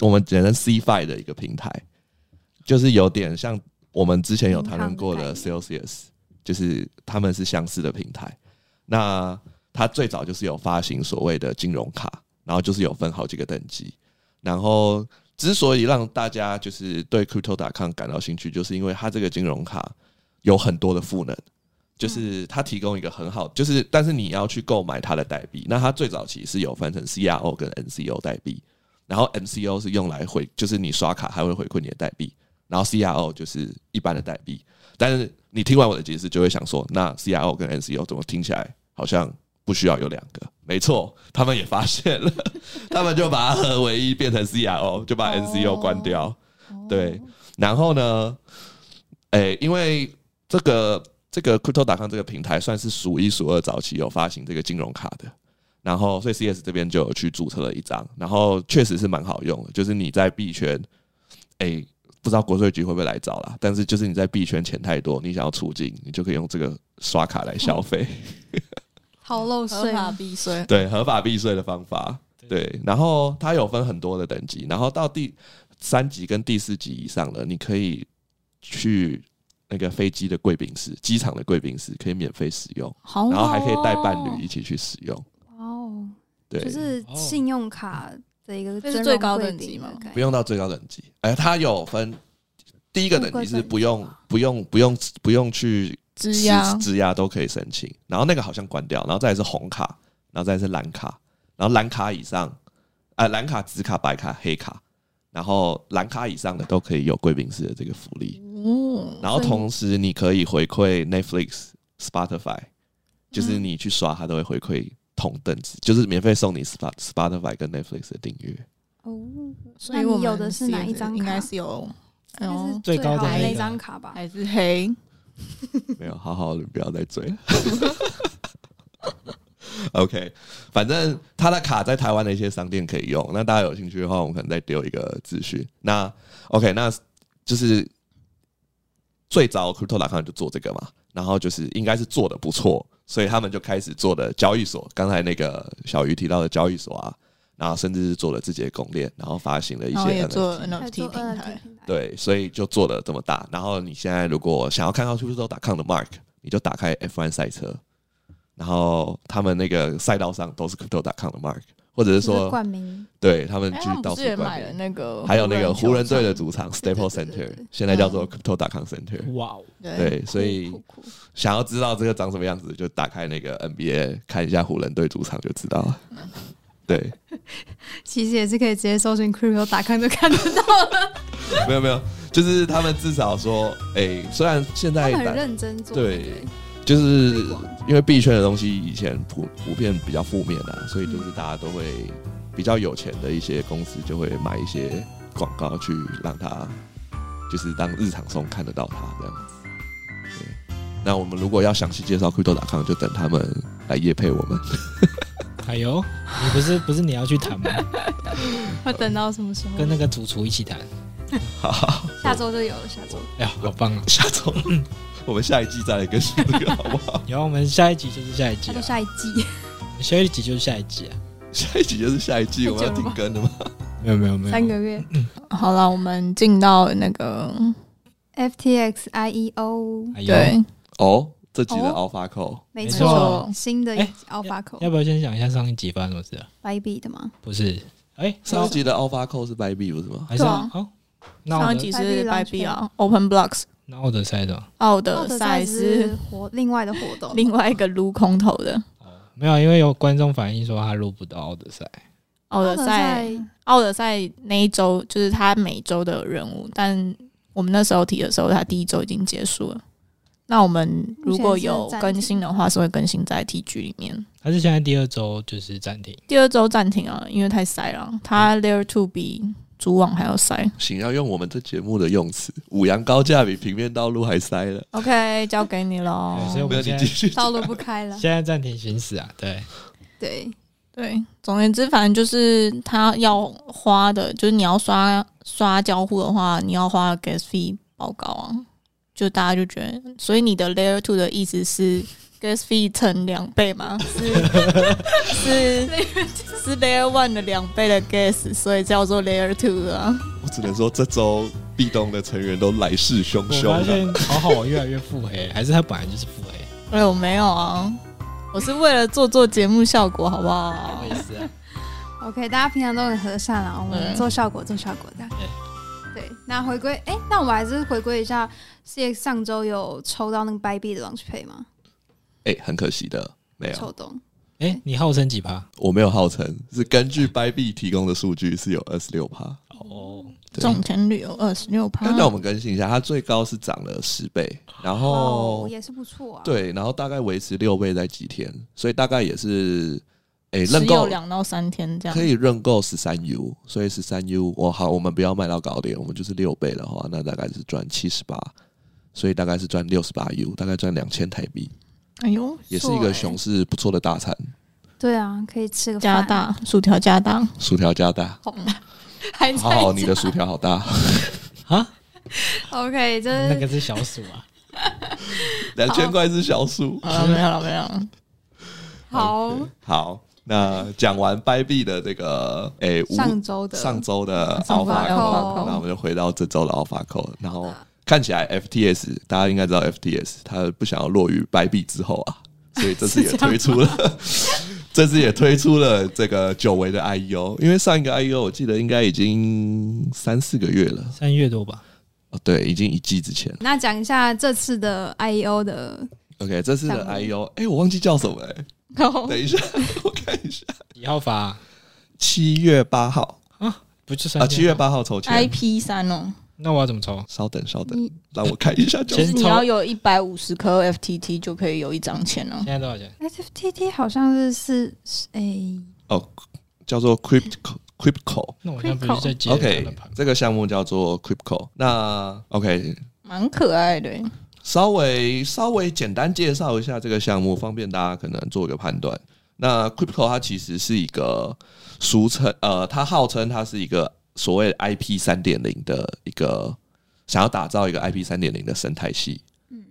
C: 我们简称 CFI 的一个平台，就是有点像我们之前有谈论过的
A: 银行的
C: Celsius，就是他们是相似的平台。那它最早就是有发行所谓的金融卡，然后就是有分好几个等级，然后。之所以让大家就是对 Crypto.com 感到兴趣，就是因为它这个金融卡，有很多的赋能，就是它提供一个很好，就是但是你要去购买它的代币。那它最早期是有分成 CRO 跟 NCO 代币，然后 NCO 是用来回，就是你刷卡还会回馈你的代币，然后 CRO 就是一般的代币。但是你听完我的解释，就会想说，那 CRO 跟 NCO 怎么听起来好像不需要有两个？没错，他们也发现了， 他们就把它合为一，变成 CRO，就把 NCO 关掉。对，然后呢，诶、因为这个这个 Crypto.com 这个平台算是数一数二早期有发行这个金融卡的，然后所以 CS 这边就有去注册了一张，然后确实是蛮好用的，就是你在币圈，诶、不知道国税局会不会来找啦，但是就是你在币圈钱太多，你想要出境，你就可以用这个刷卡来消费。
A: 逃漏
E: 合
A: 税
E: 法避税。
C: 对，合法避税的方法。对，然后它有分很多的等级，然后到第三级跟第四级以上了，你可以去那个飞机的贵宾室、机场的贵宾室可以免费使用，
E: 好好哦，
C: 然后还可以带伴侣一起去使用。
A: 哦，
C: 对，
A: 就是
B: 哦
A: 信用卡的一个
E: 这
A: 尊
E: 是
A: 荣
E: 最高
A: 贵
E: 等
A: 宾
E: 级
A: 的
E: 吗
A: 概
C: 不
A: 念
C: 用到最高等级，哎、它有分第一个等级是不
A: 富
C: 用
A: 贵
C: 不用不用不用去
E: 质押
C: 质押都可以申请，然后那个好像关掉，然后再来是红卡，然后再来是蓝卡，然后蓝卡以上，呃，蓝卡、紫卡、白卡、黑卡，然后蓝卡以上的都可以有贵宾室的这个福利，
E: 哦，
C: 然后
A: 所以
C: 同时你可以回馈 Netflix、Spotify，就是你去刷它都会回馈同等值，就是免费送你 Spot Spotify 跟 Netflix 的订阅。
A: 哦，
E: 所
A: 那
E: 以我
A: 你
E: 们
A: 有的是哪一
E: CS
A: 张
E: 应
A: 卡
E: 该？是有，
A: 应该是
E: 哦，
B: 最高
A: 好的
B: 的那
A: 那
B: 个
A: 张卡吧？
E: 还是黑，
C: 没有，好好的，不要再追了。OK，反正他的卡在台湾的一些商店可以用。那大家有兴趣的话，我们可能再丢一个资讯。那 OK，那就是最早 Crypto 打康就做这个嘛，然后就是应该是做的不错，所以他们就开始做的交易所。刚才那个小鱼提到的交易所啊，然后甚至是做了自己的供链，然后发行了一
E: 然后
C: 些
E: 也做
C: NFT。
A: 还
E: NFT
A: 做
E: 平
A: NFT
E: 台，
A: 平台，
C: 对，所以就做了这么大。然后你现在如果想要看到 Crypto.com 的 Mark，你就打开 F1 赛车，然后他们那个赛道上都是 Crypto.com 的 Mark，或者是
A: 就是
C: 说
A: 冠名
C: 对他们
E: 哎，
C: 去
E: 他们
C: 到
E: 不
C: 处
E: 是也买
C: 冠
E: 了
C: 名，
E: 那个，
C: 还有那个湖人队的
E: 主，
C: 主场 Staple
A: 对对
C: Center，
A: 对
C: 现在叫做
E: 嗯
C: Crypto.com Center。
B: 哇哦，
E: 对，
C: 对，所以
A: 酷酷酷
C: 想要知道这个长什么样子，就打开那个 NBA 看一下湖人队主场就知道了。对，
A: 其实也是可以直接搜寻 Crypto 打康就看得到，
C: 没有没有，就是他们至少说，哎，虽然现
A: 他
C: 在
A: 们很
C: 打
A: 认真做。
C: 对
A: 对
C: 就是
A: 推广
C: 因为币圈的东西以前普普遍比较负面啊，所以就是大家都会比较有钱的一些公司就会买一些广告去让它，就是当日常中看得到它这样子。对，那我们如果要详细介绍 Crypto.com，就等他们来夜配我们。
B: 哎呦，你不是不是你要去谈吗？
A: 要等到什么时候？
B: 跟那个主厨一起谈，
C: 好，
A: 下周就有了，下周。
B: 哎呀，好棒啊！
C: 下周我们下一季再来更新这个好不好？
B: 然后我们下一集就是下一
A: 下
B: 集啊
A: 周，下一季，
B: 下一集就是下一集啊，
C: 下一集就是下一季，我们要停更的吗？
B: 没有没有没
A: 三
B: 有，
A: 个月。
E: 好了，我们进到那个
A: FTX IEO，
B: 哎呦，
E: 对，
C: 哦，这集的
A: 哦
C: AlphaCo
A: 没
B: 没
A: 错
E: 错，
A: 新的
B: 哎
A: AlphaCo
B: 要不要先讲一下上一集发生什么事啊？
A: 白币的吗？
B: 不是，哎，
C: 上一集的 AlphaCo 是 Baby 不是吗？
B: 还是
E: 对啊
B: 好，那
E: 上
B: 我
E: 一
B: 的
E: 集是
A: Bybit
E: 白币啊，Open Blocks
B: 那我的猜的
E: 奥
A: 奥
E: 德
A: 德
E: 赛
A: 赛
E: 是
A: 是活另外的活动，
E: 另外一个撸空头的，
B: 哦，没有，因为有观众反映说他录不到奥德赛，
E: 奥德赛奥德赛那一周就是他每周的任务，但我们那时候提的时候，他第一周已经结束了。那我们如果有更新的话，是会更新在 TG 里面。
B: 还是现在第二周就是暂停？
E: 第二周暂停啊，因为太塞了。他 Layer Two 比主网还要塞。
C: 行，要用我们这节目的用词，五羊高架比平面道路还塞了。
E: OK，交给哦你喽
B: 对，所以我
C: 没有
B: 们现
C: 你继
B: 在
C: 续。
A: 道路不开 了。
B: 现在暂停行驶啊，对，
A: 对，
E: 对，总而言之，反正就是他要花的，就是你要刷刷交互的话，你要花 gas fee 报告啊，就大家就觉得，所以你的 layer two 的意思是 gas fee 乘两倍吗？ 是是是 layer one 的两倍的 gas，所以叫做 layer two 啊。
C: 我只能说，这周壁咚的成员都来势汹
B: 我
C: 汹
B: 发
C: 了。
B: 现好好，我越来越腹黑， 还是他本来就是腹黑。
E: 哎，我没有啊，我是为了做做节目效果，好不好
A: 哦
B: 我？也是啊，
A: OK，大家平常都很和善啦，我们
E: 对
A: 做效果做效果这样。对，那回归哎、那我们还是回归一下，CX 上周有抽到那个 Byb 的 Launch Pay 吗？
C: 哎、很可惜的，没
E: 啊
C: 有，
A: 抽中，
B: 哎、你号称几趴？
C: 我没有号称是根据 Byb 提供的数据是有二十六趴。
B: 哦，
C: 对
E: 中签率有二十六趴
C: 那，那我们更新一下，它最高是涨了十倍，然
E: 哦
C: 后、
A: 也是不错啊。，
C: 哦对，然后大概维持六倍在几天，所以大概也是哎、
E: 只
C: 认
E: 有
C: 购
E: 两到三天这样
C: 可。以认购十三 U，所以十三 U 我好，我们不要卖到高点，我们就是六倍的话，那大概是赚七十八，所以大概是赚六十八 U，大概赚两千台币，
E: 哎呦，
C: 也是一个熊市不错的大餐，
A: 对啊，可以吃个
E: 加
A: 饭。
E: 大薯条加大，
C: 薯条加大，
E: 还
C: 好好，你的薯条好大，
A: 哦 OK，这
B: 那
A: 是
B: 个是小鼠啊，
C: 两千块是小数。
E: 好了没有了没有了，
A: 好
C: OK，好，那讲完掰币的这个诶，无
A: 上周的
C: 上周的
E: 上周
C: Alpha
E: Alpha
C: Code，
E: Code
C: 那我们就回到这周的 Alpha Code，然后
A: 好
E: 啊
A: 的
C: 看起来 FTS 大家应该知道 FTS，它不想要落于掰币之后啊，所以这次也
E: 是这
C: 推
E: 样吗
C: 出了， 这次也推出了这个久违的 IEO，因为上一个 IEO 我记得应该已经三四个月了，
B: 三月多吧。
C: 哦，对，已经一季之前了。
A: 那讲一下这次的 IEO 的
C: OK，这次的
A: 上
C: IEO，哎、我忘记叫什么哎、
E: 哦
C: 等一下， 我看一下，
B: 几号发啊、
C: 七月八号。
B: 不就三
C: 啊，七月
B: 吗？
C: 八号抽签。
E: IP 三哦，
B: 那我要怎么抽？
C: 稍等，稍等
A: 你，
C: 让我看一下就
E: 就
B: 先
E: 是
B: 抽
E: 你要有一百五十颗 FTT 就可以有一张钱哦
B: 现。在多少钱？
A: FTT 好像是是是哎、
C: 叫做 Crypto Crypto。
B: 那我现在不是在接着他
C: OK，
B: 的盘
C: 这个项目叫做 Crypto。那 OK，
E: 蛮可爱的欸，
C: 稍微稍微简单介绍一下这个项目，方便大家可能做一个判断。那 Crypto 它其实是一个俗称，呃，它号称它是一个所谓 IP 三点零的一个想要打造一个 IP 三点零的生态系。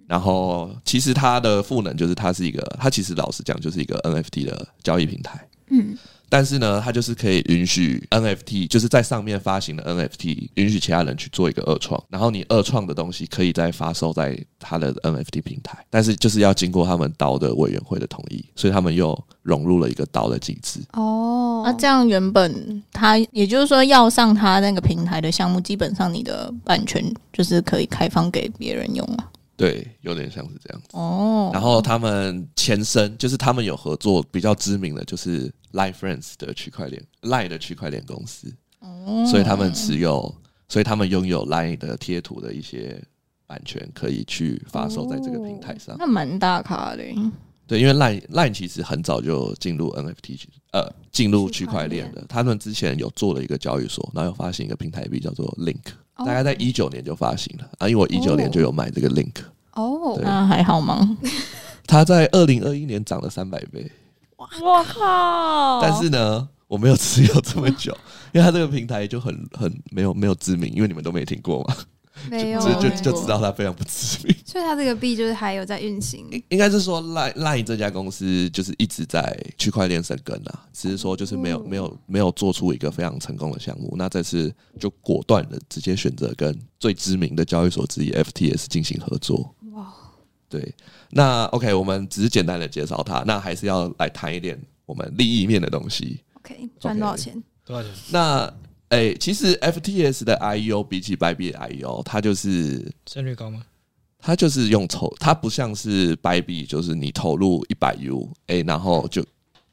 C: 然后，其实它的赋能就是它是一个，它其实老实讲就是一个 NFT 的交易平台。
A: 嗯，
C: 但是呢，它就是可以允许 NFT，就是在上面发行的 NFT，允许其他人去做一个二创，然后你二创的东西可以再发售在它的 NFT 平台，但是就是要经过他们刀的委员会的同意，所以他们又融入了一个刀的机制。
A: 哦，
E: 啊那这样原本它也就是说要上它那个平台的项目，基本上你的版权就是可以开放给别人用啊。
C: 对，有点像是这样子。
E: 哦，
C: 然后他们前身就是他们有合作比较知名的，就是 Line Friends 的区块链 Line 的区块链公司，
E: 哦
C: 所以他们持有，所以他们拥有 Line 的贴图的一些版权，可以去发售在这个平台上。
E: 那蛮大咖的欸，
C: 对，因为 Line Line 其实很早就进入 NFT 区呃进入区块链的，他们之前有做了一个交易所，然后有发行一个平台币叫做 Link，、
A: 哦
C: 大概在一九年就发行了啊，因为我一九年就有买这个 Link，、
A: 哦
C: 对，
E: 那还好吗？
C: 它在二零二一年涨了三百倍，
E: 我靠
C: 但是呢。我没有持有这么久，因为它这个平台就很很没有没有知名，因为你们都没听过嘛，
A: 没有
C: 就，就
E: 没
C: 就
E: 过
C: 知道它非常不知名。
A: 所以它这个币就是还有在运行
C: 应应该是说 Line Line 这家公司就是一直在区块链生根啦，只是说就是没有没有没有做出一个非常成功的项目。那这次就果断的直接选择跟最知名的交易所之一 FTS 进行合作。
A: 哇，
C: 对，那 OK，我们只是简单的介绍它，那还是要来谈一点我们利益面的东西。
A: ，OK，赚多少钱？
B: 多少钱？
C: 那诶、其实 FTS 的 IEO 比起 Byb 的 IEO，它 E 就是
B: 胜率高吗？
C: 它就是用投，它不像是白币，就是你投入一百 U，哎、然后就，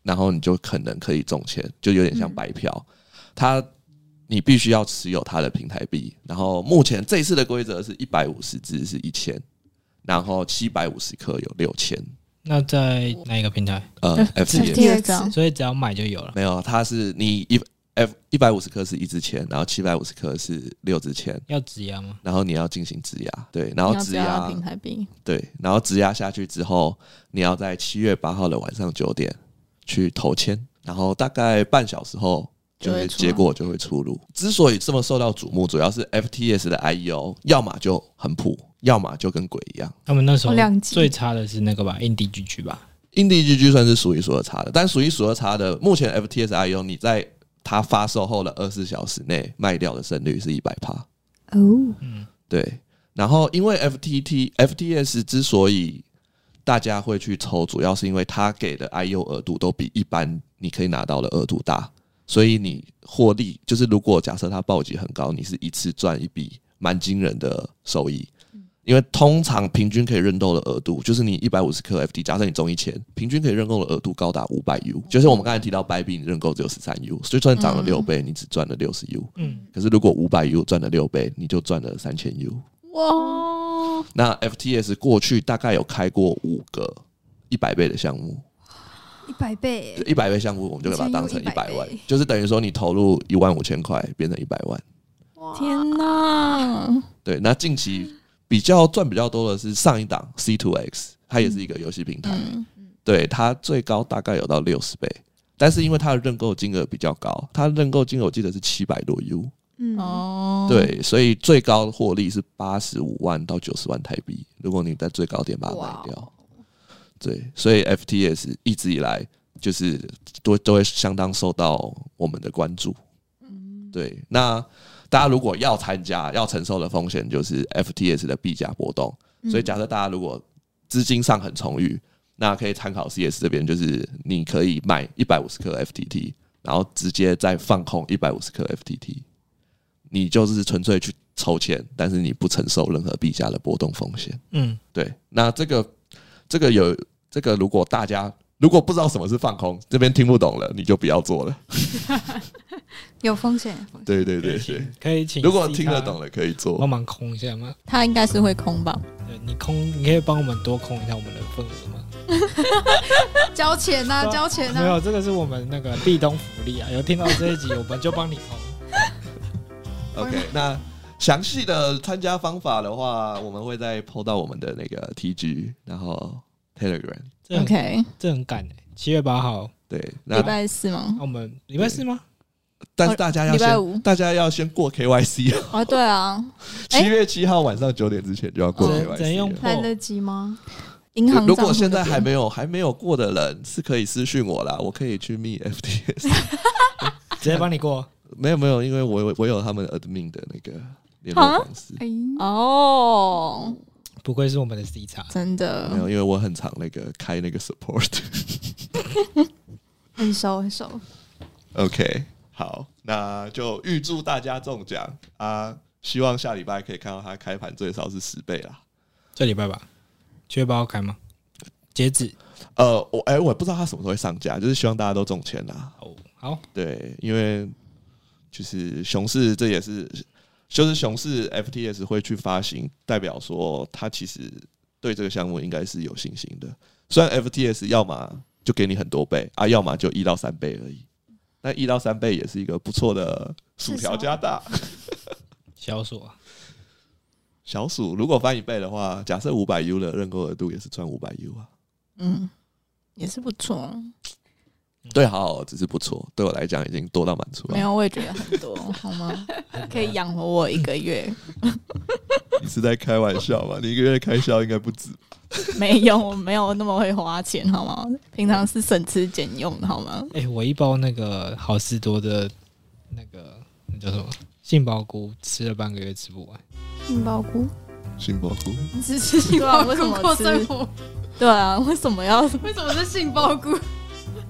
C: 然后你就可能可以中签，就有点
E: 嗯
C: 像白嫖。它你必须要持有它的平台币，然后目前这一次的规则是一百五十只是一千，然后七百五十颗有六千，
B: 那在哪一个平台？
C: 呃
E: FTS
C: ，FTS
E: 第二张
B: 所以只要买就有了。
C: 没有，它是你一 F 一百五十克是一支签，然后七百五十克是六支签，
B: 要质押吗？
C: 然后你要进行质押，对，然后
E: 你要
C: 质
E: 不要
C: 押
E: 平台币，
C: 对，然后质押下去之后，你要在七月八号的晚上九点去投签，然后大概半小时后就
E: 就
C: 会
E: 会出来
C: 结果就会出炉。之所以这么受到瞩目，主要是 FTS 的 IEO 要么就很普，要么就跟鬼一样。
B: 他们那时候
A: 哦两级
B: 最差的是那个吧，Indie GG 吧，
C: 印地 GG 算是数一数二差的，但数一数二差的，目前 FTS IEO E 你在它发售后的二十四小时内卖掉的胜率是一百趴。
A: 哦，
C: 对，然后因为 FTT FTS 之所以大家会去抽，主要是因为它给的 IU 额度都比一般你可以拿到的额度大，所以你获利就是如果假设它暴击很高，你是一次赚一笔蛮惊人的收益。因为通常平均可以认购的额度，就是你一百五十克 FT，假设你中一千，平均可以认购的额度高达五百 U，就是我们刚才提到白币，你认购只有十三 U，所以算涨了六倍，你只赚了六十 U。
B: 嗯，
C: 可是如果五百 U 赚了六倍，你就赚了三千 U。
E: 哇，
C: 那 FTS 过去大概有开过五个一百倍的项目，
A: 一百倍耶，
C: 一百倍项目我们就可以把它当成一百
A: 100
C: 万
A: 倍，
C: 就是等于说你投入一万五千块变成一百万。
E: 天 哪！
C: 对，那近期比较赚比较多的是上一档 C2X，它也是一个游戏平台，
E: 嗯，
C: 对它最高大概有到六十倍，但是因为它的认购金额比较高，它的认购金额我记得是七百多 U，
A: 嗯，
E: 哦，，
C: 对，所以最高获利是八十五万到九十万台币，如果你在最高点把它卖掉。对，所以 FTS 一直以来就是都都会相当受到我们的关注。对，那大家如果要参加，要承受的风险就是 FTS 的币价波动。所以假设大家如果资金上很充裕，那可以参考 CS 这边，就是你可以买一百五十克 FTT，然后直接再放空一百五十克 FTT，你就是纯粹去筹钱，但是你不承受任何币价的波动风险。
B: 嗯，
C: 对，那这个这个有这个，如果大家如果不知道什么是放空，这边听不懂了，你就不要做了。
A: 有风险，有风险
C: 对对对
B: 可以
C: 对
B: 请，，可以请，
C: 如果听得懂，了可以做
B: 啊帮。忙空一下吗？
E: 他应该是会空吧？
B: 对你空，你可以帮我们多空一下我们的份额吗？
A: 交钱呐、
B: 对啊
A: 交钱
B: 没
A: 呐、
B: 有，这个是我们那个壁咚福利啊，有听到这一集，我们就帮你哦空。
C: OK，那详细的参加方法的话，我们会再 PO 到我们的那个 TG，然后 Telegram。
B: 这很
E: OK，
B: 这很赶欸七月八号，
C: 对，
E: 礼
C: 那
E: 拜四吗
B: 那？我们礼拜四吗？
C: 但是大家要
E: 礼拜
C: 先，
E: 五
C: 大家要先过 KYC，哦
E: 哦，对啊，哎哦
C: 七月七号晚上九点之前就要过
B: 只能只能
C: KYC
B: 用
C: 了。
A: 来得及吗？
E: 银行账户
C: 如果现在
E: 那边
C: 还没有还没有过的人，是可以私讯我啦，我可以去密 FTS。
B: 直接帮你过。
C: 没有没有，因为我有我有他们 admin 的那个联
E: 啊
C: 络方式，
A: 哎、
E: 哦，
B: 不愧是我们的 C 叉，
E: 真
C: 没有，
E: 的
C: 因为我很常那个开那个 support。
A: 很熟很熟，
C: OK，好，那就预祝大家中奖啊！希望下礼拜可以看到它开盘最少是十倍啦。
B: 这礼拜吧，七月八号开吗？截止
C: 呃，我哎、我也不知道它什么时候会上架，就是希望大家都中钱啦。
B: 哦，好，
C: 对，因为就是熊市，这也是就是熊市 FTS 会去发行，代表说它其实对这个项目应该是有信心的。虽然 FTS 要么就给你很多倍啊，要么就一到三倍而已。那一到三倍也是一个不错的薯条加大。
B: 小锁啊，
C: 小鼠如果翻一倍的话，假设五百 U 的认购额度也是赚五百 U 啊。
E: 嗯，也是不错。
C: 对，好好，只是不错，对我来讲已经多到满出
E: 嗯没
C: 来。
E: 有，我也觉得很多，好 吗？
C: 啊
E: 可以养活我一个月？
C: 你是在开玩笑吗？你一个月开销应该不止。
E: 没有，我没有那么会花钱，好吗？平常是省吃俭用的，好吗？
B: 哎、我一包那个好事多的那个那叫什么杏鲍菇，吃了半个月吃不完。
A: 杏鲍菇，啊
C: 杏鲍菇，
A: 只 吃
E: 杏
A: 杏鲍
E: 鲍菇
A: 菇
E: 过
A: 过
E: 生
A: 生活，
E: 对啊，为什么要
A: 为什么是杏鲍 菇？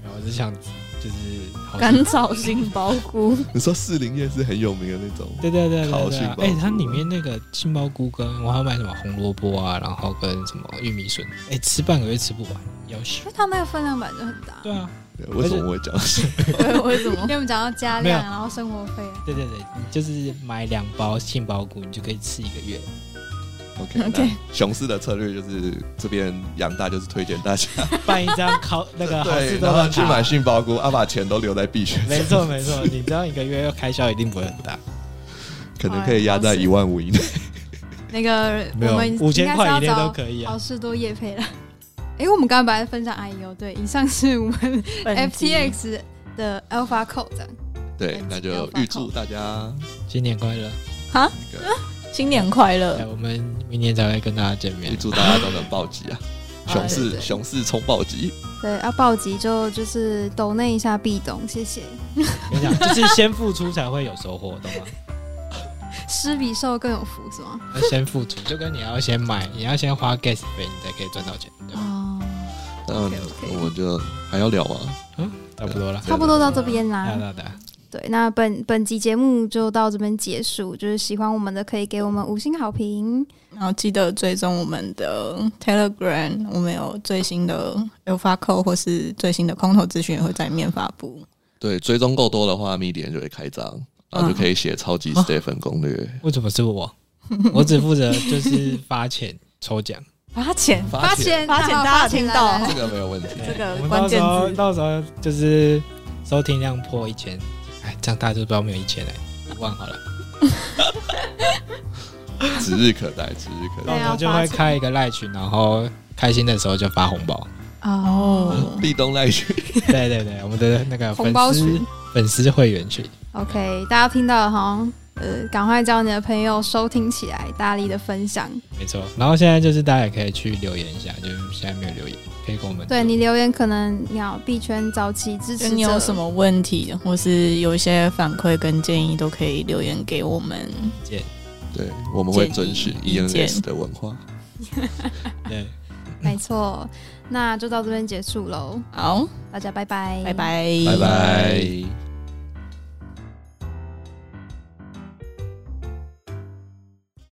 B: 然后我就想，就是好
E: 甘
B: 事
E: 草杏鲍菇？
C: 你说士林夜市很有名的那种，
B: 对对对对
C: 烤
B: 对
C: 杏
B: 啊
C: 鲍，菇
B: 哎、它里面那个杏鲍菇跟我还要买什么红萝卜啊，然后跟什么玉米笋，哎、吃半个月吃不完，要死
A: 因。为它那个分量本来就很大。
B: 对啊，
C: 对为什 么会讲到杏鲍菇？
E: 对， 为什么
A: 因？为我们讲到加
B: 没有
A: 量，然后生活费啊，
B: 对对对，你就是买两包杏鲍菇，你就可以吃一个月。
C: OK，,
E: OK
C: 那熊市的策略就是这边养大就是推荐 大家
B: 办一张考那个好
C: 对，
B: 事
C: 然
B: 多
C: 后
B: 的
C: 去
B: 卡
C: 买。杏鲍菇，啊把钱都留在币圈，
B: 没错没错，你这样一个月开销一定不会很大，
C: 可能可以压在一万五以内。
A: 那个
B: 没有
A: 我们
B: 五千块以
A: 应该是
B: 内
A: 要
B: 都
A: 找
B: 可以啊
A: 好。事多夜配 了。哎、我们刚刚本来分享 IEO，对，以上是我们 FTX 的 Alpha Code 这样
C: 对，那就预祝大家
B: 新年快乐！
E: 哈，
C: 那个
E: 新年快
B: 哎，
E: 乐！
B: 我们明年才会跟大家见
C: 预
B: 面。
C: 祝大家都能暴 击啊！
E: 啊
C: 熊
A: 对
C: 市
A: 对
C: 熊市冲暴击，
A: 对，要暴击就就是抖那一下壁咚，谢谢。
B: 跟你讲，就是先付出才会有收获，懂吗？
A: 施比受更有福是吗？
B: 要先付出，就跟你要先买，你要先花 gas 费，你才可以赚到钱，对吧？
A: 哦，
C: 嗯
A: OK，OK，
C: 我们就还要聊啊吗？
B: 差不多了，
A: 差不多到这边
B: 对啊
A: 啦。
B: 对对。
A: 对，那本本集节目就到这边结束。就是喜欢我们的，可以给我们五星好评。
E: 然后记得追踪我们的 Telegram，我们有最新的 Alpha Code 或是最新的空头资讯也会在里面发布。
C: 对，追踪够多的话，密点就会开张，然
A: 嗯
C: 后就可以写超
B: 哦
C: 级 Stephen 攻略。
B: 为什么 是我？我只负责就是发钱抽奖，
E: 发钱，
C: 发钱
E: 发钱大家有听到
A: 来来来
C: 这个没有问题。
E: 这个
B: 我们
E: 关
B: 到时
E: 键
B: 候
E: 字
B: 到时候就是收听量破一千，哎，这样大家就不知道我们有一千哎，一万好了，
C: 指日可待，指日可
B: 到
C: 待。
E: 啊
B: 时候就会开一个赖群，然后开心的时候就发红 包。
E: 哦，
C: 立冬赖去，
B: 对对对，我们的那个
A: 红
B: 粉
A: 包
B: 丝
A: 群
B: 粉丝会员群，
A: OK，大家听到了哈，呃，赶快叫你的朋友收听起来，大力的分享。
B: 没错。然后现在就是大家也可以去留言一下，就是现在没有留言，可以跟我们
A: 对你留言可能你要币圈早期支
E: 就
A: 持
E: 你有什
A: 么？
E: 么问题，或是有一些反馈跟建议，都可以留言给我们。
B: 见。
C: 对，我们会
E: 建议
C: 遵循
E: 意见
C: ENS 的文化。
A: 啊
B: 对，
A: 没错，那就到这边结束喽，
E: 好，
A: 大家拜拜，
E: 拜拜，
C: 拜拜。